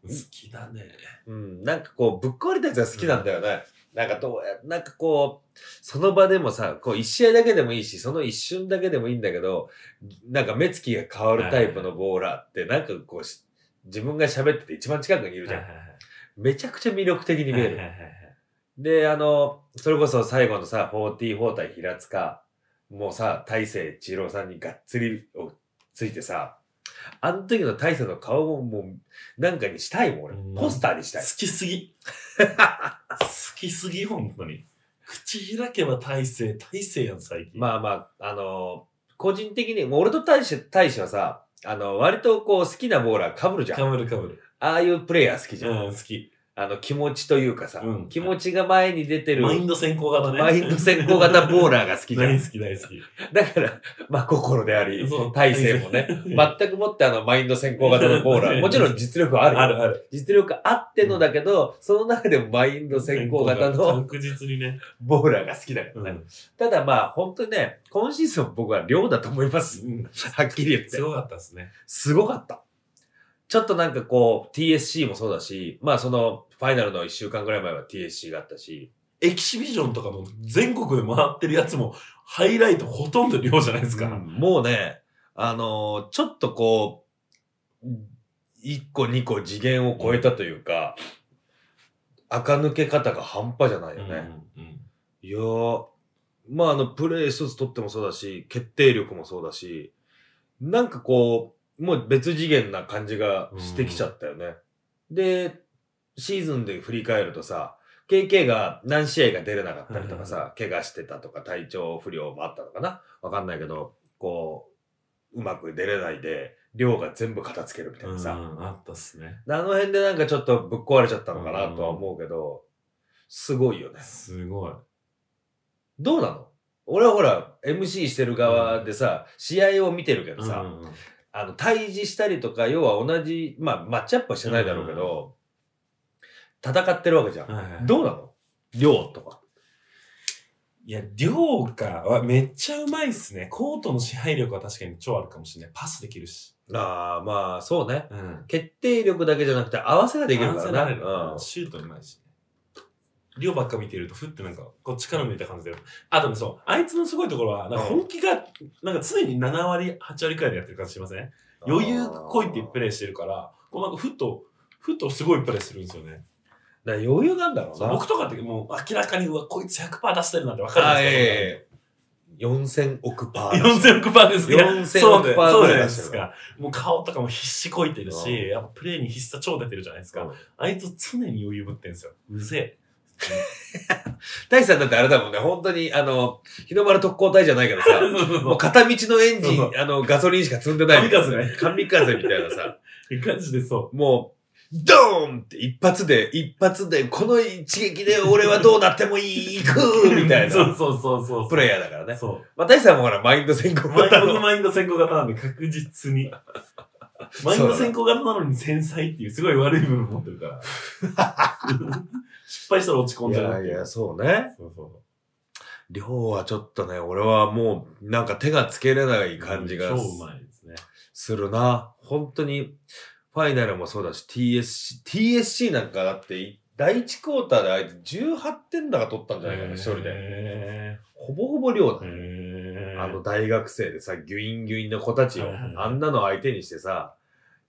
[SPEAKER 3] 好きだね。
[SPEAKER 2] うん、なんかこう、ぶっ壊れたやつが好きなんだよね。なんかどうや、なんかこう、その場でもさ、こう一試合だけでもいいし、その一瞬だけでもいいんだけど、なんか目つきが変わるタイプのボーラーって、なんかこうし、自分が喋ってて一番近くにいるじゃん。めちゃくちゃ魅力的に見える。で、あの、それこそ最後のさ、44対平塚、もうさ、大勢一郎さんにがっつりをついてさ、あの時の大勢の顔ももう、なんかにしたいもん、俺
[SPEAKER 3] うん。
[SPEAKER 2] ポスターにした
[SPEAKER 3] 好
[SPEAKER 2] い。
[SPEAKER 3] きす
[SPEAKER 2] [LAUGHS]
[SPEAKER 3] ぎ。好きすぎ、本当に。口開けば大勢、大勢やん、最近。
[SPEAKER 2] まあまあ、あの、個人的に、もう俺と大勢、大勢はさ、あの、割とこう、好きなボーラー被るじゃん。
[SPEAKER 3] か
[SPEAKER 2] あ
[SPEAKER 3] ぶるかぶる。
[SPEAKER 2] あいうプレイヤー好きじゃん。
[SPEAKER 3] うん、好き。
[SPEAKER 2] あの、気持ちというかさ、
[SPEAKER 3] うん
[SPEAKER 2] 気持ちが前に出てる、
[SPEAKER 3] マインド先行型ね。
[SPEAKER 2] マインド先行型ボー
[SPEAKER 3] [LAUGHS] ー。
[SPEAKER 2] ラーが好きじゃん
[SPEAKER 3] 大。好き、大好き。
[SPEAKER 2] だから、まあ、心であり、
[SPEAKER 3] そう
[SPEAKER 2] 大勢もね、全くもってあのマインド先行型のボーラー、もちろん実力はあるよ。
[SPEAKER 3] あるある。
[SPEAKER 2] 実力あってのだけど、その中でもマインド先行型の
[SPEAKER 3] 確実にね。
[SPEAKER 2] ボーラーが好きだか
[SPEAKER 3] う
[SPEAKER 2] らね。
[SPEAKER 3] ん
[SPEAKER 2] ただまあ本当にね、今シーズン僕は量だと思います。はっきり言って
[SPEAKER 3] す。ごかったですね。
[SPEAKER 2] すごかった。ちょっとなんかこう、TSC もそうだし、まあその、ファイナルの1週間ぐらい前は TSC があったし、
[SPEAKER 3] エキシビジョンとかの全国で回ってるやつも、ハイライトほとんど量じゃないですか。
[SPEAKER 2] うんもうね、あのーちょっとこう、1個2個次元を超えたというか、垢抜け方が半端じゃないよね。
[SPEAKER 3] うんうん
[SPEAKER 2] いやー、まああの、プレー一つ取ってもそうだし、決定力もそうだし、なんかこう、もう別次元な感じがしてきちゃったよね。で、シーズンで振り返るとさ、KK が何試合が出れなかったりとかさ、怪我してたとか体調不良もあったのかなわかんないけど、こう、うまく出れないで、量が全部片付けるみたいなさ、
[SPEAKER 3] うんあったっすね。
[SPEAKER 2] あの辺でなんかちょっとぶっ壊れちゃったのかなとは思うけど、すごいよね。
[SPEAKER 3] すごい。
[SPEAKER 2] どうなの俺はほら、MC してる側でさ、試合を見てるけどさ、
[SPEAKER 3] うん
[SPEAKER 2] あの、対峙したりとか、要は同じ、まあ、マッチアップはしてないだろうけど、戦ってるわけじゃん。
[SPEAKER 3] はいはい
[SPEAKER 2] どうなの量とか。
[SPEAKER 3] いや、量かはめっちゃうまいっすね。コートの支配力は確かに超あるかもしれない。パスできるし。
[SPEAKER 2] ああ、まあ、そうね。
[SPEAKER 3] うん。
[SPEAKER 2] 決定力だけじゃなくて、合わせができる
[SPEAKER 3] 合わ
[SPEAKER 2] か
[SPEAKER 3] せ
[SPEAKER 2] ら
[SPEAKER 3] ら
[SPEAKER 2] な。
[SPEAKER 3] れる
[SPEAKER 2] うん
[SPEAKER 3] シュートうまいし。量ばっか見てると、ふってなんか、こう力抜いた感じだよ。あ、でもそう、あいつのすごいところは、なんか本気が、なんか常に7割、8割くらいでやってる感じしません余裕こいってプレーしてるから、こうなんかふっと、ふっとすごいプレーするんですよね。
[SPEAKER 2] だから余裕なんだろう
[SPEAKER 3] そう
[SPEAKER 2] な。
[SPEAKER 3] 僕とかってもう明らかに、うわ、こいつ100%出してるなんてわか
[SPEAKER 2] あ
[SPEAKER 3] る
[SPEAKER 2] ー
[SPEAKER 3] んですよ。
[SPEAKER 2] ええ4000億パー。
[SPEAKER 3] 4000億パーですね。
[SPEAKER 2] 4000
[SPEAKER 3] そうで
[SPEAKER 2] 億パー
[SPEAKER 3] そう
[SPEAKER 2] ぐ
[SPEAKER 3] じゃ
[SPEAKER 2] ら
[SPEAKER 3] な
[SPEAKER 2] い
[SPEAKER 3] いで
[SPEAKER 2] 出してる
[SPEAKER 3] すか。もう顔とかも必死こいてる
[SPEAKER 2] うん
[SPEAKER 3] し、やっぱプレーに必殺超出てるじゃないですか。
[SPEAKER 2] うん
[SPEAKER 3] あいつ常に余裕ぶってんですよ。う
[SPEAKER 2] [LAUGHS]
[SPEAKER 3] ぜ
[SPEAKER 2] 大志さんだってあれだもんね、本当に、あの、日の丸特攻隊じゃないけどさ、
[SPEAKER 3] え。そうそうそ
[SPEAKER 2] もう
[SPEAKER 3] う。
[SPEAKER 2] 片道のエンジン、
[SPEAKER 3] そう
[SPEAKER 2] あの、ガソリンしか積んでな
[SPEAKER 3] 神
[SPEAKER 2] いみたいな。
[SPEAKER 3] 風ね。
[SPEAKER 2] 神風みたいなさ、
[SPEAKER 3] いい感じでそ
[SPEAKER 2] [LAUGHS] もう、ドーンって一発で、一発で、この一撃で俺はどうなってもいい、行
[SPEAKER 3] う。
[SPEAKER 2] くみたい
[SPEAKER 3] そう
[SPEAKER 2] な
[SPEAKER 3] そうそうそう。
[SPEAKER 2] プレイヤーだからね。
[SPEAKER 3] そう。
[SPEAKER 2] まあ、大さんもほら、マインド先行
[SPEAKER 3] マイン
[SPEAKER 2] 型
[SPEAKER 3] ド
[SPEAKER 2] の。
[SPEAKER 3] マインド先行型なんで確実
[SPEAKER 2] [LAUGHS]
[SPEAKER 3] に。マインド先行型なのに繊細っていうすごい悪い部分持ってるから。失敗したら落ち込ん
[SPEAKER 2] い
[SPEAKER 3] じゃうっ
[SPEAKER 2] や
[SPEAKER 3] て。
[SPEAKER 2] いうや、そうね。
[SPEAKER 3] そうそうそう。
[SPEAKER 2] 量はちょっとね、俺はもう、なんか手がつけれない感じが
[SPEAKER 3] 超うまいですね。
[SPEAKER 2] するな。本当に、ファイナルもそうだし、TSC、TSC なんかだって、第1クォーターであいつ18点だが取ったんじゃないかな、一人で。
[SPEAKER 3] で。
[SPEAKER 2] ほぼほぼ量だね。
[SPEAKER 3] へー
[SPEAKER 2] あの、大学生でさ、ギュインギュインの子たちを
[SPEAKER 3] はいはいはい、
[SPEAKER 2] あんなの相手にしてさ、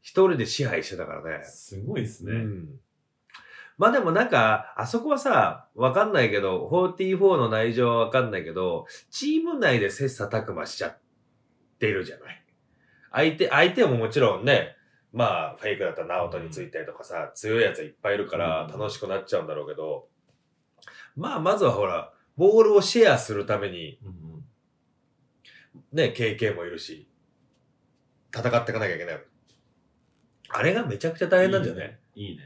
[SPEAKER 2] 一人で支配してたからね。
[SPEAKER 3] すごいですね。
[SPEAKER 2] うん。まあでもなんか、あそこはさ、わかんないけど、44の内情はわかんないけど、チーム内で切磋琢磨しちゃってるじゃない。相手、相手ももちろんね、まあ、フェイクだったらナオトについたりとかさ、強いやつはいっぱいいるから
[SPEAKER 3] うん
[SPEAKER 2] 楽しくなっちゃうんだろうけど、まあ、まずはほら、ボールをシェアするために、
[SPEAKER 3] うんうん
[SPEAKER 2] ね、KK もいるし、戦っていかなきゃいけない。あれがめちゃくちゃ大変なんじゃない
[SPEAKER 3] いいね。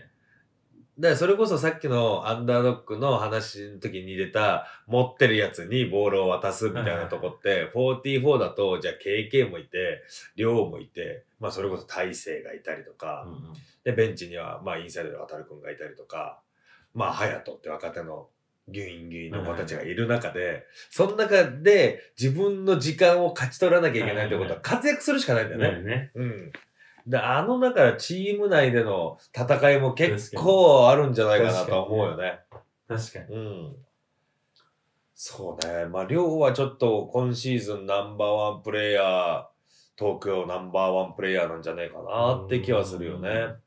[SPEAKER 2] だからそれこそさっきのアンダードッグの話の時に出た持ってるやつにボールを渡すみたいなとこって44だとじゃあ KK もいて亮もいてまあそれこそ大勢がいたりと
[SPEAKER 3] うん
[SPEAKER 2] か
[SPEAKER 3] うん
[SPEAKER 2] でベンチにはまあインサイドで渡る君がいたりとかまあ隼人って若手のギュインギュインの子たちがいる中でその中で自分の時間を勝ち取らなきゃいけないってことは活躍するしかないんだよね。
[SPEAKER 3] だよね。
[SPEAKER 2] うん。で、あの、だからチーム内での戦いも結構あるんじゃないかなとは思うよね。
[SPEAKER 3] 確かに。
[SPEAKER 2] うん。そうね。まあ、両はちょっと今シーズンナンバーワンプレイヤー、東京ナンバーワンプレイヤーなんじゃないかなって気はするよね。
[SPEAKER 3] う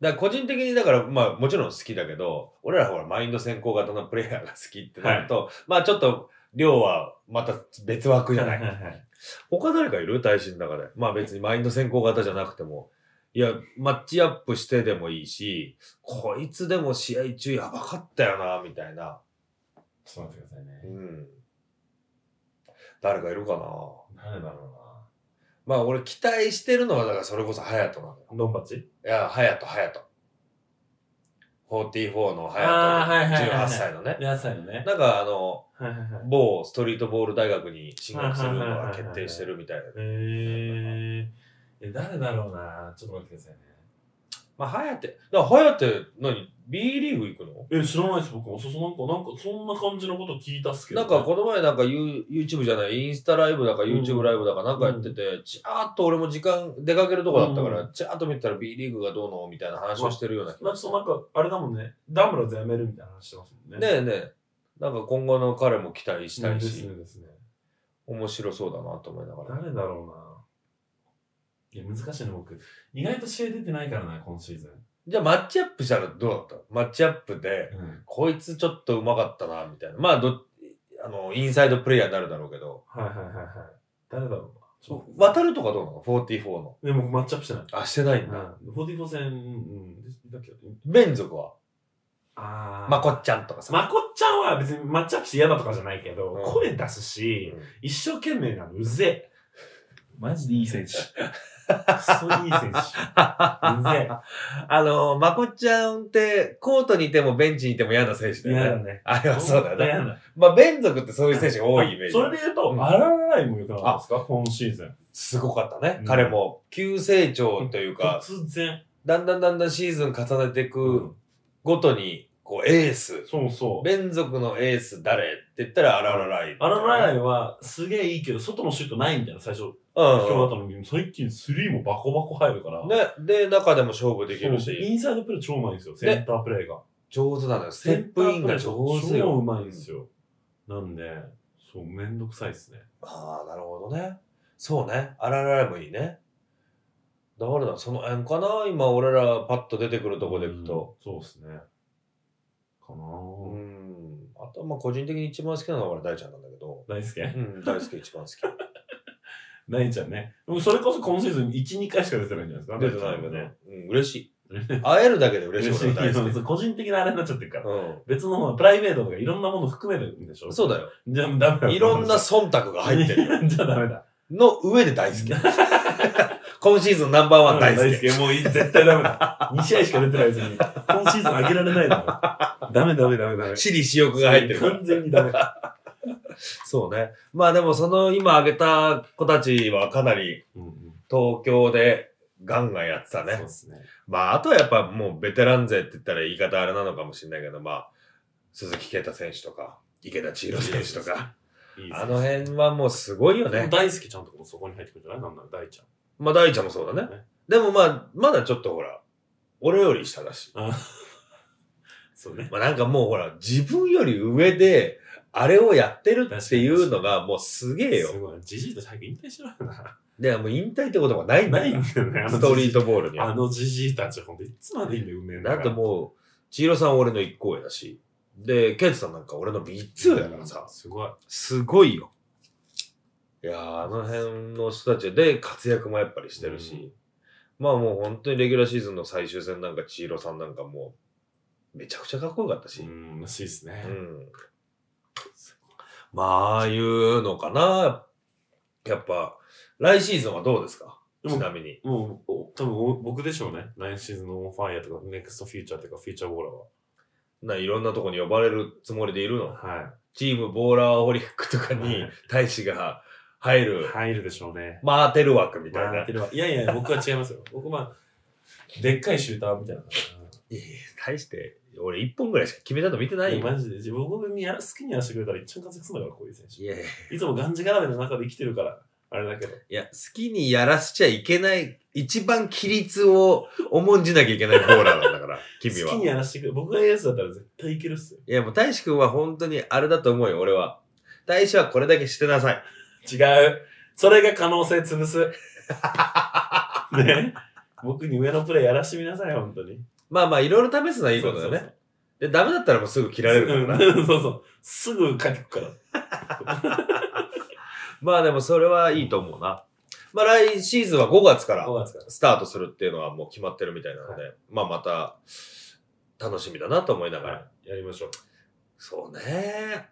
[SPEAKER 2] だ
[SPEAKER 3] ん
[SPEAKER 2] から個人的にだから、まあもちろん好きだけど、俺らほらマインド先行型のプレイヤーが好きってなると、まあちょっと、量はまた別枠じゃない
[SPEAKER 3] [LAUGHS] は。はい。
[SPEAKER 2] 他誰かいる大使の中で。まあ別にマインド先行型じゃなくても。いや、マッチアップしてでもいいし、こいつでも試合中やばかったよな、みたいな。
[SPEAKER 3] ちょっと待ってくださいね
[SPEAKER 2] う。ん。誰かいるかな
[SPEAKER 3] 誰だろ
[SPEAKER 2] まあ俺期待してるのは、だからそれこそ隼人なのよ。
[SPEAKER 3] うな。ドンパチ
[SPEAKER 2] いや、隼人、隼人。44の隼人。
[SPEAKER 3] あーはいはいはいはい
[SPEAKER 2] 18歳のね。
[SPEAKER 3] 野菜のね。
[SPEAKER 2] なんかあの、
[SPEAKER 3] はいはいはい。
[SPEAKER 2] 某ストリートボール大学に進学するのが決定してるみたいな。
[SPEAKER 3] えー、え誰だろうな。ちょっと待ってくださいね。
[SPEAKER 2] まあ、はやて、だからはやて、何 ?B リーグ行くの
[SPEAKER 3] え、知らないです、僕も。そ、そ、なんか、なんか、そんな感じのこと聞いたっすけど
[SPEAKER 2] な
[SPEAKER 3] ね、
[SPEAKER 2] んかこの前なんか You- YouTube じゃない、インスタライブだか
[SPEAKER 3] うん
[SPEAKER 2] YouTube ライブだかなんかやってて、ちゃーっと俺も時間出かけるとこだったから、
[SPEAKER 3] う
[SPEAKER 2] ちゃーっと見てたら B リーグがどうのみたいな話をしてるような気
[SPEAKER 3] なん
[SPEAKER 2] が
[SPEAKER 3] か、
[SPEAKER 2] す
[SPEAKER 3] そうなんか、あれだもんね。ダムラズやめるみたいな話してますも
[SPEAKER 2] る。
[SPEAKER 3] ん
[SPEAKER 2] ね
[SPEAKER 3] ね。
[SPEAKER 2] えねえ、なんか今後の彼も期待したい
[SPEAKER 3] です
[SPEAKER 2] し、
[SPEAKER 3] ね、ですね。
[SPEAKER 2] 面白そうだなと思いながら。
[SPEAKER 3] 誰だろうな。いや、難しいね、僕。意外と試合出てないからな、今シーズ
[SPEAKER 2] じゃあマッチアップしたらどうだったのマッチアップで、
[SPEAKER 3] ン。うん。
[SPEAKER 2] こいつちょっとうまかったな、みたいな。まあど、あの、インサイドプレイヤーになるだろうけど、
[SPEAKER 3] はいはいはいはい。誰だろうな。ちょっと
[SPEAKER 2] 渡るとかどうなの ?44 の。
[SPEAKER 3] でも、マッチアップしてない。
[SPEAKER 2] あ、してないんだ。
[SPEAKER 3] うん。44戦、うん。でだっけ
[SPEAKER 2] ベン族は、
[SPEAKER 3] あー。
[SPEAKER 2] まこっちゃんとかさ。
[SPEAKER 3] まこっちゃんは別にマッチアップして嫌だとかじゃないけど、
[SPEAKER 2] うん
[SPEAKER 3] 声出すし、一生懸命なのうぜえ。マジでいい選手。クソいい選手。うぜ
[SPEAKER 2] [LAUGHS] あの、まこっちゃんって、コートにいてもベンチにいても嫌な選手
[SPEAKER 3] え。
[SPEAKER 2] だ
[SPEAKER 3] 嫌
[SPEAKER 2] よ
[SPEAKER 3] だ
[SPEAKER 2] ね。
[SPEAKER 3] ね。
[SPEAKER 2] あれはそうだよ
[SPEAKER 3] 嫌
[SPEAKER 2] ね。
[SPEAKER 3] だ。
[SPEAKER 2] まあ、ベン族ってそういう選手が多いイメージ。
[SPEAKER 3] それで言うと、
[SPEAKER 2] うん
[SPEAKER 3] アララライも良くなかったですか今シーズン。
[SPEAKER 2] すごかったね。
[SPEAKER 3] うん
[SPEAKER 2] 彼も、急成長というか、
[SPEAKER 3] 突然。
[SPEAKER 2] だんだんだんだんシーズン重ねていくごとに、こう、エース。
[SPEAKER 3] そうそう。
[SPEAKER 2] ベン族のエース誰って言ったら、アララライ。
[SPEAKER 3] アラララ
[SPEAKER 2] イ。
[SPEAKER 3] イはすげえいいけど、外のシュートないみたいな最初、今日だった
[SPEAKER 2] う
[SPEAKER 3] のに、最近スリーもバコバコ入るから。
[SPEAKER 2] ん。ね。で、中でも勝負できる
[SPEAKER 3] そうイ
[SPEAKER 2] し、
[SPEAKER 3] ンサイドプレー超うまいんですよ、センタープレーが。
[SPEAKER 2] 上手なのよ。ステップインが上手よ。
[SPEAKER 3] 超うまいんですよ。なんで、そう、めんどくさいですね。
[SPEAKER 2] ああ、なるほどね。そうね。あらららもいいね。だからだ、その辺かな今、俺らパッと出てくるとこでいくと。
[SPEAKER 3] うん。そうですね。かな
[SPEAKER 2] う
[SPEAKER 3] ぁ。
[SPEAKER 2] ん。あと、まあ、個人的に一番好きなのは俺、大ちゃんなんだけど。
[SPEAKER 3] 大輔
[SPEAKER 2] うん、大好き、一番好き。
[SPEAKER 3] 大ちゃんね。でもそれこそ今シーズン1、2回しか出てないんじゃないですか。
[SPEAKER 2] 出てないけど。うん、嬉しい。
[SPEAKER 3] 嬉し
[SPEAKER 2] 会えるだけで
[SPEAKER 3] い。
[SPEAKER 2] 嬉
[SPEAKER 3] 嬉
[SPEAKER 2] し
[SPEAKER 3] し
[SPEAKER 2] い。
[SPEAKER 3] い
[SPEAKER 2] 俺は大好き。
[SPEAKER 3] そう個人的なあれになっちゃってるから。
[SPEAKER 2] う
[SPEAKER 3] 別の方がプライベートとかいろんなもの含めるんでしょ
[SPEAKER 2] ん。そう
[SPEAKER 3] だ。
[SPEAKER 2] だよ。
[SPEAKER 3] じゃあダメだ。
[SPEAKER 2] いろんな忖度が入ってるよ。
[SPEAKER 3] [LAUGHS] る。じゃあダメだ。
[SPEAKER 2] の上で大好き。 [LAUGHS] 今シーズンナンバーワン大好き。
[SPEAKER 3] もういい絶対ダメだ。2試合しか出てないやつ
[SPEAKER 2] [LAUGHS]
[SPEAKER 3] に、今シーズン上げられないだろ。ダメダメダメダメ。
[SPEAKER 2] 私利私欲が入ってるから。
[SPEAKER 3] 完全にダメ。
[SPEAKER 2] そうね。まあでも、その今挙げた子たちはかなり
[SPEAKER 3] うんうん
[SPEAKER 2] 東京でガンガンやってた
[SPEAKER 3] そう
[SPEAKER 2] ね
[SPEAKER 3] で。すね。
[SPEAKER 2] まあ、あとはやっぱもうベテラン勢って言ったら言い方あれなのかもしれないけど、まあ、鈴木啓太選手とか、池田千尋選手とか、
[SPEAKER 3] いいですね
[SPEAKER 2] あの辺はもうすごいよね。
[SPEAKER 3] 大輔ちゃんとかもそこに入ってくるんじゃないなんなら大ちゃん。
[SPEAKER 2] まあ、大ちゃんもそうだね。
[SPEAKER 3] ね
[SPEAKER 2] でもまあ、まだちょっとほら、俺より下だし。
[SPEAKER 3] あ [LAUGHS] そうね。
[SPEAKER 2] まあなんかもうほら、自分より上で、あれをやってるっていうのがもうすげえよ
[SPEAKER 3] す。ごい。じじいと早く引退しろよな。
[SPEAKER 2] で、もう引退ってことがないんだ
[SPEAKER 3] な
[SPEAKER 2] か
[SPEAKER 3] いん
[SPEAKER 2] ら。
[SPEAKER 3] だよね。あの
[SPEAKER 2] ストリートボールには
[SPEAKER 3] あのじじいたち、ほんといつまでいいんだよ、運命
[SPEAKER 2] だってもう、千尋さんは俺の一行やし、で、ケンツさんなんか俺の B2 だからさ、
[SPEAKER 3] すごい。
[SPEAKER 2] すごいよ。いやー、あの辺の人たちで活躍もやっぱりしてるし、まあもう本当にレギュラーシーズンの最終戦なんか千尋さんなんかもう、めちゃくちゃかっこよかったし、
[SPEAKER 3] うん、らしいですね。
[SPEAKER 2] うんまあ、ああいうのかな。やっぱ、来シーズンはどうですか
[SPEAKER 3] で
[SPEAKER 2] ち
[SPEAKER 3] も
[SPEAKER 2] なみに。
[SPEAKER 3] もう、お多分お僕でしょうね。来シーズンのオンファイアとか、ネクストフューチャーとか、フューチャーボーラ
[SPEAKER 2] ないろんなとこに呼ばれるつもりでいるの。
[SPEAKER 3] ーは。は
[SPEAKER 2] チームボーラーホリックとかに
[SPEAKER 3] はい
[SPEAKER 2] 大使が入
[SPEAKER 3] い。
[SPEAKER 2] る、
[SPEAKER 3] 入るでしょうね。
[SPEAKER 2] 回ってる枠みたい
[SPEAKER 3] ま
[SPEAKER 2] な
[SPEAKER 3] あ、。いやいや、僕は違いますよ。僕、まあ、でっかいシューターみたいな感じ。
[SPEAKER 2] いやいや大して、俺1本ぐらいしか決めたの見てない
[SPEAKER 3] いや
[SPEAKER 2] よ。
[SPEAKER 3] マジで自分僕にやら好きにやらせてくれたら一番活躍するんだからこういう選
[SPEAKER 2] いやいやい
[SPEAKER 3] 手いつもがんじがらめの中で生きてるからあれだけど
[SPEAKER 2] や、好きにやらせちゃいけない、一番規律を重んじなきゃいけないボーラーなん
[SPEAKER 3] [LAUGHS]
[SPEAKER 2] だから、君は。
[SPEAKER 3] 好きにやらせてくれ僕がエースだったら絶対いけるっすよ
[SPEAKER 2] いや、もう大志くんは本当にあれだと思うよ、俺は。大志はこれだけしてなさい。
[SPEAKER 3] 違うそれが可能性潰
[SPEAKER 2] [LAUGHS]
[SPEAKER 3] すね僕に上のプレーやらしてみなさい本当に
[SPEAKER 2] まあまあ、いろいろ試すのはいいことだよね。で、ダメだったらもうすぐ切
[SPEAKER 3] そ
[SPEAKER 2] ら
[SPEAKER 3] うそ
[SPEAKER 2] れ
[SPEAKER 3] う
[SPEAKER 2] るからな。
[SPEAKER 3] うん [LAUGHS] そうそうすぐ帰ってくから
[SPEAKER 2] まあでもそれはいいと思うな。まあ来シーズンは5月から
[SPEAKER 3] 5月から
[SPEAKER 2] スタートするっていうのはもう決まってるみたいなので、まあまた楽しみだなと思いながら。
[SPEAKER 3] やりましょう
[SPEAKER 2] そうね。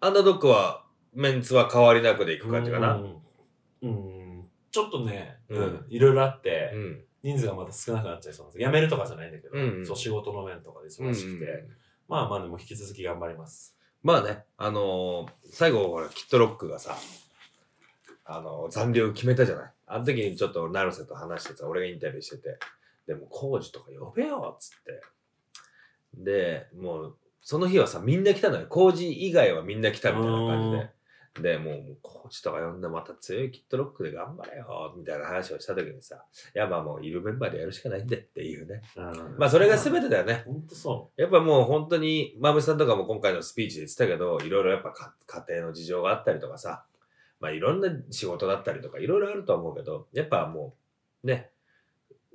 [SPEAKER 2] アンダードックは、メンツは変わりなくでいく感じか
[SPEAKER 3] う
[SPEAKER 2] な。
[SPEAKER 3] んうんちょっとね、
[SPEAKER 2] うん
[SPEAKER 3] うん、いろいろあって、
[SPEAKER 2] うん。
[SPEAKER 3] 人数がまた少なくなっちゃいそうなんです辞めるとかじゃないんだけど、
[SPEAKER 2] うんうん
[SPEAKER 3] そう仕事の面とかで
[SPEAKER 2] うん
[SPEAKER 3] 忙しくて、まあまあでも引き続き頑張ります。
[SPEAKER 2] まあね、あのー最後、ほら、キットロックがさ、あのー残留決めたじゃない。あの時にちょっと、成瀬と話してた、俺がインタビューしてて、でも、工事とか呼べよ、っつって。で、もう、その日はさ、みんな来たのよ。工事以外はみんな来たみたいな感じで。で、もう、コーチとか呼んで、また強いキットロックで頑張れよ、みたいな話をした時にさ、いや、まあもう、いるメンバーでやるしかないんでっていうね。まあ、それが全
[SPEAKER 3] て。
[SPEAKER 2] てだよね。
[SPEAKER 3] ほんとそ
[SPEAKER 2] やっぱもう本当に、まむさんとかも今回のスピーチで言ってたけど、いろいろやっぱか家庭の事情があったりとかさ、まあいろんな仕事だったりとか、いろいろあるとは思うけど、やっぱもう、ね、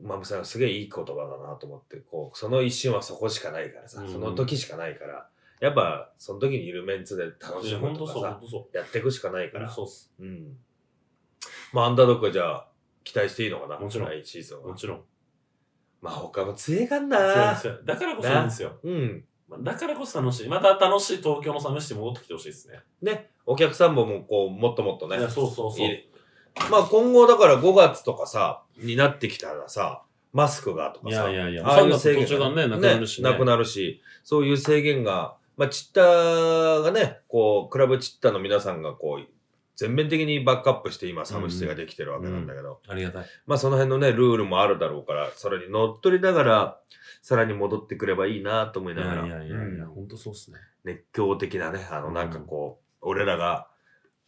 [SPEAKER 2] まむさんはすげえいい言葉だなと思って、こう、その一瞬はそこしかないからさ
[SPEAKER 3] う、ん
[SPEAKER 2] その時しかないから、やっぱその時にいるメンツで楽
[SPEAKER 3] う。い
[SPEAKER 2] し
[SPEAKER 3] や、ほ
[SPEAKER 2] む
[SPEAKER 3] ん
[SPEAKER 2] と
[SPEAKER 3] と
[SPEAKER 2] か
[SPEAKER 3] そう、ほ
[SPEAKER 2] さ
[SPEAKER 3] ん、とそ。
[SPEAKER 2] やっていくしかないうか
[SPEAKER 3] ほん
[SPEAKER 2] ら
[SPEAKER 3] と、そうっす。
[SPEAKER 2] うん。まあアンダードッグはじゃあ、期待していいのかな
[SPEAKER 3] もちろん
[SPEAKER 2] 来シーズン
[SPEAKER 3] も
[SPEAKER 2] は。
[SPEAKER 3] ちろん。
[SPEAKER 2] まあ他も強いかん
[SPEAKER 3] そうなん
[SPEAKER 2] な
[SPEAKER 3] ですよ。だからこそなんですよ。
[SPEAKER 2] うん。
[SPEAKER 3] まあだからこそ楽しい。また楽しい東京のサムシティ戻ってきてほしいですね。
[SPEAKER 2] ね、お客さんももうこう、もっともっとね
[SPEAKER 3] い。やそうそうそう
[SPEAKER 2] い。いまあ今後だから5月とかさ、になってきたらさ、マスクがとかさ、
[SPEAKER 3] やいや
[SPEAKER 2] ああいう制
[SPEAKER 3] 途
[SPEAKER 2] 限
[SPEAKER 3] 中がね、なくなるしね。
[SPEAKER 2] なくなるし、そういう制限が、まあチッターがね、こう、クラブチッターの皆さんがこう、全面的にバックアップして今サムシティができてるわけなんだけど、
[SPEAKER 3] ありがたい。
[SPEAKER 2] まあその辺のね、ルールもあるだろうから、それに乗っ取りながら、さらに戻ってくればいいなと思い
[SPEAKER 3] い
[SPEAKER 2] ながら。うん
[SPEAKER 3] ほんとそうっすね。
[SPEAKER 2] 熱狂的なね、あの、
[SPEAKER 3] うん
[SPEAKER 2] なんかこう、俺らが、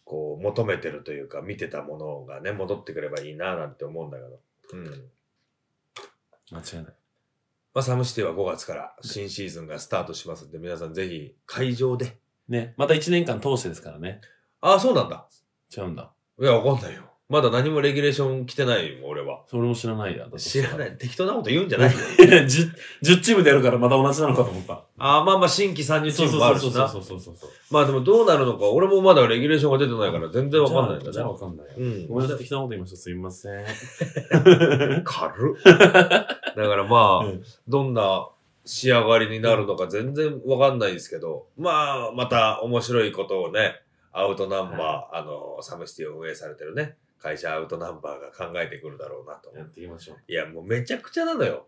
[SPEAKER 2] こう、求めてるというか、見てたものがね、戻ってくればいいな、なんて思うんだけど。うん。
[SPEAKER 3] 間違いない。
[SPEAKER 2] まあ、サムシティは5月から新シーズンがスタートしますんで、皆さんぜひ会場で。
[SPEAKER 3] ね、また1年間通してですからね。
[SPEAKER 2] ああ、そうなんだ。
[SPEAKER 3] 違うんだ。
[SPEAKER 2] いや、わかんないよ。まだ何もレギュレーション来てないよ、俺は。
[SPEAKER 3] それも知らないや。。
[SPEAKER 2] 知らないい。適当なこと言うんじゃないよ。
[SPEAKER 3] [LAUGHS] 10チームでやるからまた同じなのかと思った。
[SPEAKER 2] ああ、まあまあ、新規参入チームもあるしな
[SPEAKER 3] そ。うそうそうそう。
[SPEAKER 2] まあでもどうなるのか、俺もまだレギュレーションが出てないから全然わかんないんだね。
[SPEAKER 3] じゃあわかんない。
[SPEAKER 2] うん。
[SPEAKER 3] ごめんなさい、適当なこと言いました。すいません。
[SPEAKER 2] 軽っ。だからまあ、
[SPEAKER 3] うん
[SPEAKER 2] どんな仕上がりになるのか全然わかんないですけど、まあ、また面白いことをね、アウトナンバー、
[SPEAKER 3] は
[SPEAKER 2] あの、サムシティを運営されてるね、会社アウトナンバーが考えてくるだろうなと。
[SPEAKER 3] やっていきましょう。
[SPEAKER 2] いや、もうめちゃくちゃなのよ。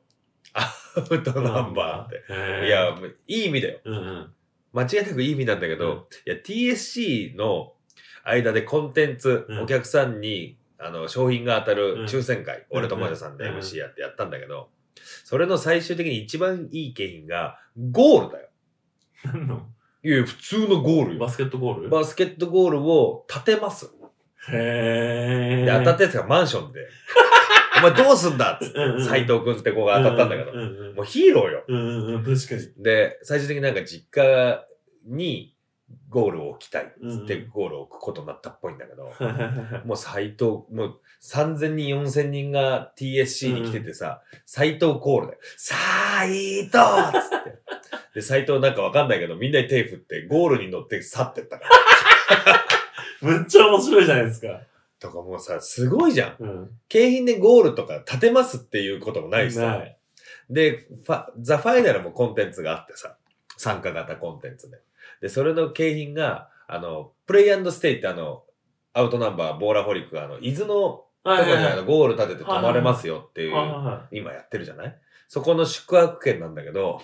[SPEAKER 2] アウトナンバーって。
[SPEAKER 3] て
[SPEAKER 2] いや、、もういい意味だよ。
[SPEAKER 3] うんうん。
[SPEAKER 2] 間違いなくいい意味なんだけど、いや、TSC の間でコンテンツ、
[SPEAKER 3] うん
[SPEAKER 2] お客さんに、あの、商品が当た
[SPEAKER 3] うん
[SPEAKER 2] る抽選会、
[SPEAKER 3] うん
[SPEAKER 2] 俺とマジさんで
[SPEAKER 3] うん
[SPEAKER 2] MC やってやったんだけど、それの最終的に一番いい景品が、ゴールだよ。
[SPEAKER 3] 何の
[SPEAKER 2] いやいや、普通のゴールよ。
[SPEAKER 3] バスケットボール
[SPEAKER 2] バスケットゴールを立てます。
[SPEAKER 3] へ
[SPEAKER 2] で、
[SPEAKER 3] ー。
[SPEAKER 2] 当たったやつがマンションで。
[SPEAKER 3] [LAUGHS]
[SPEAKER 2] お前どうすんだっつって
[SPEAKER 3] うんうん、
[SPEAKER 2] 斎藤くんって子が当たったんだけ
[SPEAKER 3] う
[SPEAKER 2] ど。
[SPEAKER 3] んうん
[SPEAKER 2] もうヒーローよ。
[SPEAKER 3] うんうんうん、確かに。
[SPEAKER 2] で、最終的になんか実家に、ゴールを置きたいっつっ
[SPEAKER 3] う
[SPEAKER 2] て
[SPEAKER 3] ん
[SPEAKER 2] ゴールを置くことになったっぽいんだけど、
[SPEAKER 3] う
[SPEAKER 2] もう斎藤、もう3000人、4000人が TSC に来ててさ、斎、藤コールだよ。斎藤っつって。で、斎藤なんかわかんないけど、みんなに手振って、ゴールに乗って去ってったから。
[SPEAKER 3] むっちゃ面白いじゃないですか。
[SPEAKER 2] とかもうさ、すごいじゃん。
[SPEAKER 3] うん。
[SPEAKER 2] 景品でゴールとか立てますっていうこともないし
[SPEAKER 3] な
[SPEAKER 2] さ。
[SPEAKER 3] い
[SPEAKER 2] で、ファザ・ファイナルもコンテンツがあってさ、参加型コンテンツで。で、それの景品が、あの、プレイステイってあの、アウトナンバー、ボーラホリックがあの、伊豆の
[SPEAKER 3] はい
[SPEAKER 2] と
[SPEAKER 3] は
[SPEAKER 2] か
[SPEAKER 3] い
[SPEAKER 2] に
[SPEAKER 3] は
[SPEAKER 2] あ
[SPEAKER 3] い。
[SPEAKER 2] のゴール立てて泊まれますよっていう、
[SPEAKER 3] はいは
[SPEAKER 2] 今やってるじゃないそこの宿泊券なんだけど、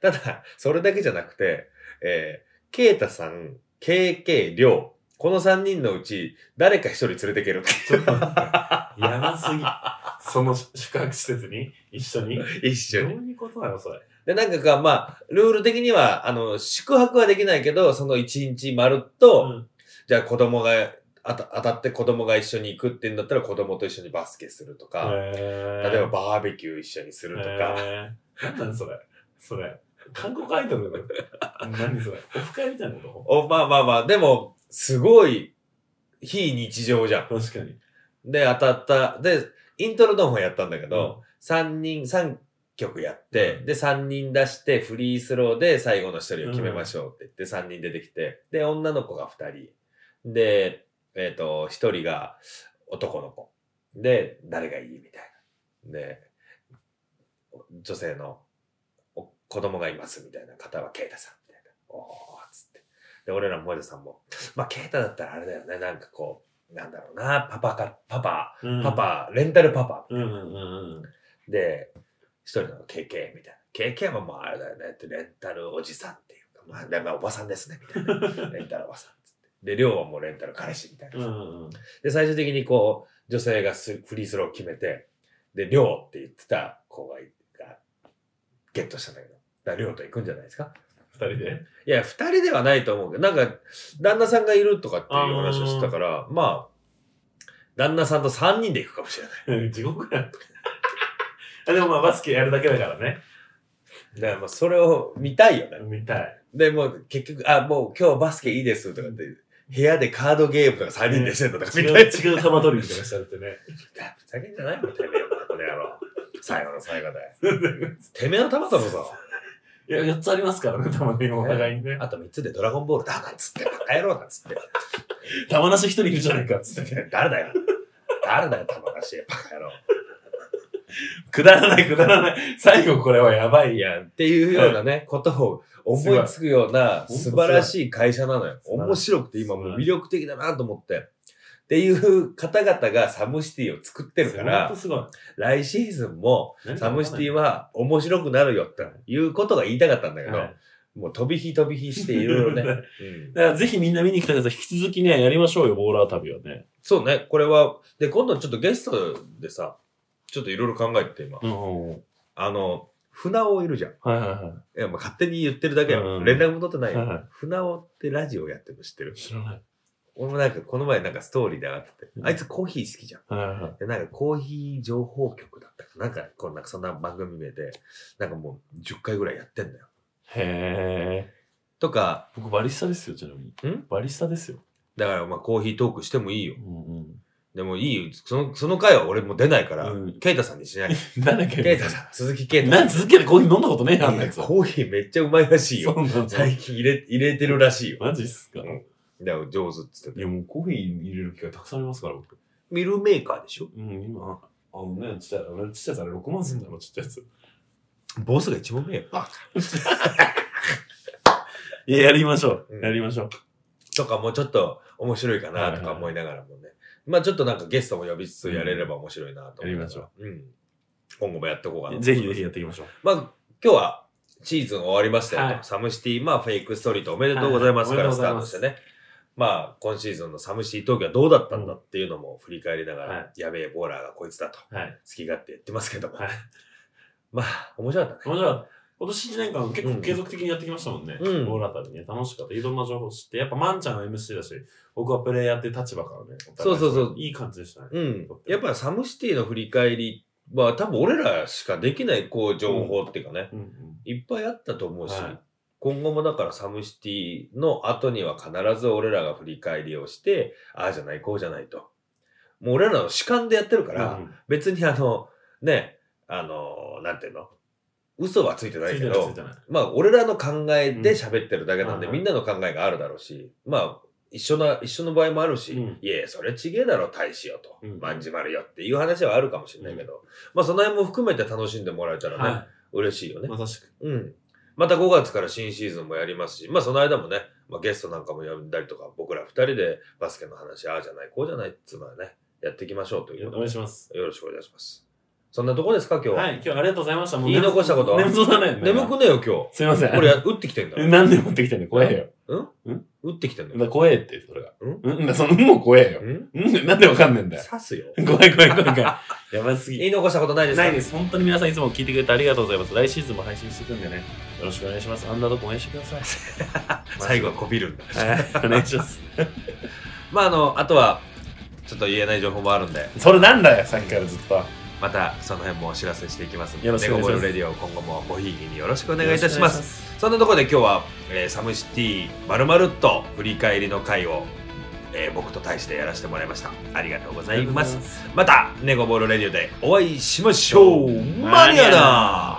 [SPEAKER 2] ただ、それだけじゃなくて、えー、ケイタさん、KK、りょう、この3人のうち、誰か一人連れてける。
[SPEAKER 3] いちょ [LAUGHS] っと待ってやばすぎ。その宿泊施設に一緒に。ど
[SPEAKER 2] 一緒に。
[SPEAKER 3] ういうことなのそれ。
[SPEAKER 2] で、なんかか、まあ、ルール的には、あの、宿泊はできないけど、その1日まるっと、
[SPEAKER 3] うん
[SPEAKER 2] じゃあ子供が、あた当たって子供が一緒に行くってんだったら子供と一緒にバスケするとか、
[SPEAKER 3] 例
[SPEAKER 2] 例えばバーベキュー一緒にするとか、
[SPEAKER 3] えー、なんなんそれそれ韓国アイドルだよ何それオフ会みたいなこ
[SPEAKER 2] お、まあまあまあ、でも、すごい、非日常じゃん。
[SPEAKER 3] と確かに
[SPEAKER 2] で、当たった。で、イントロドンもやったんだけど、三人、三曲やって、
[SPEAKER 3] うん
[SPEAKER 2] で、三人出して、フリースローで最後の一人を決めましょうって言って、三人出てきて、で、女の子が二人。で、えっ、と、一人が男の子。で、誰がいいみたいな。で、女性のお子供がいますみたいな方は、ケイタさんみたいな。おーっつって。で、俺らも萌田さんも、まあ、ケイタだったらあれだよね、なんかこう、なんだろうな、パパか、パパ、
[SPEAKER 3] うん
[SPEAKER 2] パパ、レンタルパパ。
[SPEAKER 3] うんうんうん
[SPEAKER 2] で、一人の KK みたいな。KK ももうあれだよねって、レンタルおじさんっていうか、まあ、でもおばさんですね、み
[SPEAKER 3] [LAUGHS]
[SPEAKER 2] たいな。レンタルおばさんっつって。で、りょうはもうレンタル彼氏みたいな。
[SPEAKER 3] うんうんうん
[SPEAKER 2] で、最終的にこう、女性がスフリースローを決めて、で、りょうって言ってた子がいがゲットしたんだけど。だからりょうと行くんじゃないですか
[SPEAKER 3] 二人で
[SPEAKER 2] いや、二人ではないと思うけど、なんか、旦那さんがいるとかっていう話をしてたから、まあ、旦那さんと三人で行くかもしれない。
[SPEAKER 3] うん地獄やあでもまあバスケやるだけだからね
[SPEAKER 2] だからまあそれを見たいよね。
[SPEAKER 3] 見たい
[SPEAKER 2] で、もう結局、あ、もう今日バスケいいですとかって、部屋でカードゲームとか3人でしてんのとか
[SPEAKER 3] 違
[SPEAKER 2] 見
[SPEAKER 3] う
[SPEAKER 2] たい。
[SPEAKER 3] 違う球取りにとかしちゃってね
[SPEAKER 2] ふざけんじゃないよ、てめえは、この野郎。最後の最後だよ。てめえの玉だろさ。
[SPEAKER 3] いや4つありますからねたまにお互いにね
[SPEAKER 2] あと3つでドラゴンボールだ、なんつって。バカ野郎なんつって。
[SPEAKER 3] 玉なし一人いるじゃないかっつってね
[SPEAKER 2] 誰だよ。誰だよ、玉出し。バカ野郎。
[SPEAKER 3] くだらないくだらない最後これはやばい
[SPEAKER 2] い
[SPEAKER 3] や
[SPEAKER 2] や、っていうようなね、ことを思いつくような
[SPEAKER 3] す
[SPEAKER 2] 素
[SPEAKER 3] ごい
[SPEAKER 2] 晴らしい会社なのよ。
[SPEAKER 3] 素晴らしい
[SPEAKER 2] 面白くて今もう魅力的だなと思って。っていう方々がサムシティを作ってるか
[SPEAKER 3] ほん
[SPEAKER 2] ら
[SPEAKER 3] と、すごい
[SPEAKER 2] 来シーズンも
[SPEAKER 3] 何
[SPEAKER 2] [LAUGHS] サムシティ
[SPEAKER 3] は、
[SPEAKER 2] は面白くなるよっていうことが言いたかったんだけど、
[SPEAKER 3] はい
[SPEAKER 2] もう飛び火飛び火していろ
[SPEAKER 3] [LAUGHS]
[SPEAKER 2] いろね、
[SPEAKER 3] だ
[SPEAKER 2] うん
[SPEAKER 3] だからぜひみんな見に来たけど、引き続きね、やりましょうよ、ボーラー旅はね。
[SPEAKER 2] そうね、これは、で、今度ちょっとゲストでさ、ちょっといろいろ考えて今、
[SPEAKER 3] うん。はい
[SPEAKER 2] あの、船尾いるじゃん。い
[SPEAKER 3] はいは
[SPEAKER 2] や、まあ勝手に言ってるだけや、
[SPEAKER 3] うん
[SPEAKER 2] 連絡も取ってない
[SPEAKER 3] い。
[SPEAKER 2] よ。
[SPEAKER 3] はいは
[SPEAKER 2] 船尾ってラジオやってるの知ってる
[SPEAKER 3] い。知らない。
[SPEAKER 2] 俺もなんかこの前なんかストーリーで上がってて、
[SPEAKER 3] うん
[SPEAKER 2] あいつコーヒー好きじゃん。
[SPEAKER 3] はいはいはい。
[SPEAKER 2] で、なんかコーヒー情報局だったかななんか、こんな、そんな番組名で、なんかもう10回ぐらいやってんだよ。
[SPEAKER 3] へえ。
[SPEAKER 2] とか、
[SPEAKER 3] 僕バリスタですよ、ちなみに。
[SPEAKER 2] ん
[SPEAKER 3] バリスタですよ。
[SPEAKER 2] だから、まあ、コーヒートークしてもいいよ
[SPEAKER 3] う。んうん。
[SPEAKER 2] でもいいよ。その、その回は俺もう出ないから、
[SPEAKER 3] うん
[SPEAKER 2] ケイタさんにし
[SPEAKER 3] [LAUGHS]
[SPEAKER 2] ない。
[SPEAKER 3] なんだっけ
[SPEAKER 2] ケイタさん、鈴木ケイタさ。
[SPEAKER 3] なんん続けてコーヒー飲んだことねえやん
[SPEAKER 2] い
[SPEAKER 3] な
[SPEAKER 2] や
[SPEAKER 3] やつ。
[SPEAKER 2] コーヒーめっちゃうまいらしい
[SPEAKER 3] そ
[SPEAKER 2] よ。
[SPEAKER 3] うなんだ。
[SPEAKER 2] 最近入れ、入れてるらしいよ。
[SPEAKER 3] マジっすか
[SPEAKER 2] うんだから上手っつって
[SPEAKER 3] い
[SPEAKER 2] た
[SPEAKER 3] やもうコーヒー入れる機会たくさんありますから、僕。
[SPEAKER 2] ミルメーカーでしょ
[SPEAKER 3] うん、今。あのね、ちっちゃい、俺ちっちゃいやつあれ6万すんだろ、ちっちゃいやつ。
[SPEAKER 2] ボスが一番目よ。
[SPEAKER 3] いや、やりましょう
[SPEAKER 2] うん
[SPEAKER 3] やりましょう。
[SPEAKER 2] とかもうちょっと面白いかなとか思いながらもね。まあちょっとなんかゲストも呼びつつやれれば面白いなと思
[SPEAKER 3] やりまし
[SPEAKER 2] ょう。うん。今後もやっていこうかな。
[SPEAKER 3] ぜひぜひやっていきましょう。
[SPEAKER 2] まあ、今日はシーズン終わりましたよ、
[SPEAKER 3] はい
[SPEAKER 2] サムシティ、まあ、フェイクストリートおめでとうございますから
[SPEAKER 3] はい
[SPEAKER 2] スタートしてね。まあ、今シーズンのサムシティ東京はどうだったんだっていうのも振り返りながら、
[SPEAKER 3] は
[SPEAKER 2] やべえボーラーがこいつだと、好
[SPEAKER 3] はい。
[SPEAKER 2] き勝手言ってますけども。
[SPEAKER 3] はい
[SPEAKER 2] まあ、面白かった
[SPEAKER 3] ま
[SPEAKER 2] ね。
[SPEAKER 3] あじゃあ、今年1年間結構継続的にやってきましたもんね。
[SPEAKER 2] うん
[SPEAKER 3] ボーラー旅ね、楽しかった。いろんな情報知って、やっぱマンちゃんは MC だし、僕はプレイヤーっていう立場からね。お互い
[SPEAKER 2] そうそうそう
[SPEAKER 3] いい感じでしたね。
[SPEAKER 2] うん。やっぱサムシティの振り返りは、多分俺らしかできない、こう、情報っていうかね、
[SPEAKER 3] うんうん。
[SPEAKER 2] いっぱいあったと思うし、
[SPEAKER 3] はい
[SPEAKER 2] 今後もだからサムシティの後には必ず俺らが振り返りをして、ああじゃない、こうじゃないと。もう俺らの主観でやってるから、
[SPEAKER 3] うん
[SPEAKER 2] 別にあの、ね、あの、なんていうの嘘はついてない
[SPEAKER 3] つい
[SPEAKER 2] け
[SPEAKER 3] てないつい
[SPEAKER 2] ど、
[SPEAKER 3] てない。
[SPEAKER 2] まあ俺らの考えで喋ってるだけなんで、
[SPEAKER 3] うん
[SPEAKER 2] みんなの考えがあるだろうし、まあ一緒な、一緒の場合もあるし、
[SPEAKER 3] うん
[SPEAKER 2] いやいや、それちげえだろ、大使よと
[SPEAKER 3] う、ん
[SPEAKER 2] まんじまるよっていう話はあるかもしれないけど、まあその辺も含めて楽しんでもらえたらね、
[SPEAKER 3] は
[SPEAKER 2] 嬉しいよね
[SPEAKER 3] い。。まさしく。
[SPEAKER 2] うん。また5月から新シーズンもやりますし、まあその間もね、まあ、ゲストなんかも呼んだりとか、僕ら2人でバスケの話、ああじゃない、こうじゃないっつうのはね、やっていきましょうという
[SPEAKER 3] お
[SPEAKER 2] こと
[SPEAKER 3] 願い
[SPEAKER 2] で、
[SPEAKER 3] します。
[SPEAKER 2] よろしくお願いします。そんなとこですか、今日は。
[SPEAKER 3] はい、今日はありがとうございました。もう
[SPEAKER 2] 言い残したことは
[SPEAKER 3] 眠そうだね。
[SPEAKER 2] 眠くねえよ、今
[SPEAKER 3] すいません。
[SPEAKER 2] 日。これ、打ってきてんだろ。
[SPEAKER 3] なんで持ってきてんの怖えよ。
[SPEAKER 2] 打ってきてんだ
[SPEAKER 3] だ
[SPEAKER 2] よ。
[SPEAKER 3] 怖えって、それが。
[SPEAKER 2] うん
[SPEAKER 3] うんだ、その、もう怖えよ。
[SPEAKER 2] ん
[SPEAKER 3] うんなんでわかんねえんだよ。
[SPEAKER 2] 刺すよ。
[SPEAKER 3] 怖い怖い怖い怖い。
[SPEAKER 2] [LAUGHS]
[SPEAKER 3] やばすぎ。
[SPEAKER 2] 言い残したことないですか
[SPEAKER 3] ないです。本当に皆さんいつも聞いてくれてありがとうございます。来シーズンも配信していくんでね。よろしくお願いします。あんなとこ応援してください。
[SPEAKER 2] 最後はこびるんだ。
[SPEAKER 3] [LAUGHS] はい。お願いします。
[SPEAKER 2] まああの、あとは、ちょっと言えない情報もあるんで、
[SPEAKER 3] それなんだよ、さっきからずっと。
[SPEAKER 2] またその辺もお知らせしていきますんで、
[SPEAKER 3] よろしくお願いします
[SPEAKER 2] ネゴボールレディオ今後もごひいきによろしくお
[SPEAKER 3] お
[SPEAKER 2] 願いいたします。
[SPEAKER 3] す。
[SPEAKER 2] そんなところで今日は、えーサムシティまるまるっと振り返りの回を、えー僕と対してやらせてもらいました。ありがとうございます。また、ネゴボールレディオでお会いしましょう。マ
[SPEAKER 3] マ
[SPEAKER 2] ニ
[SPEAKER 3] ニ
[SPEAKER 2] ア
[SPEAKER 3] ア
[SPEAKER 2] だ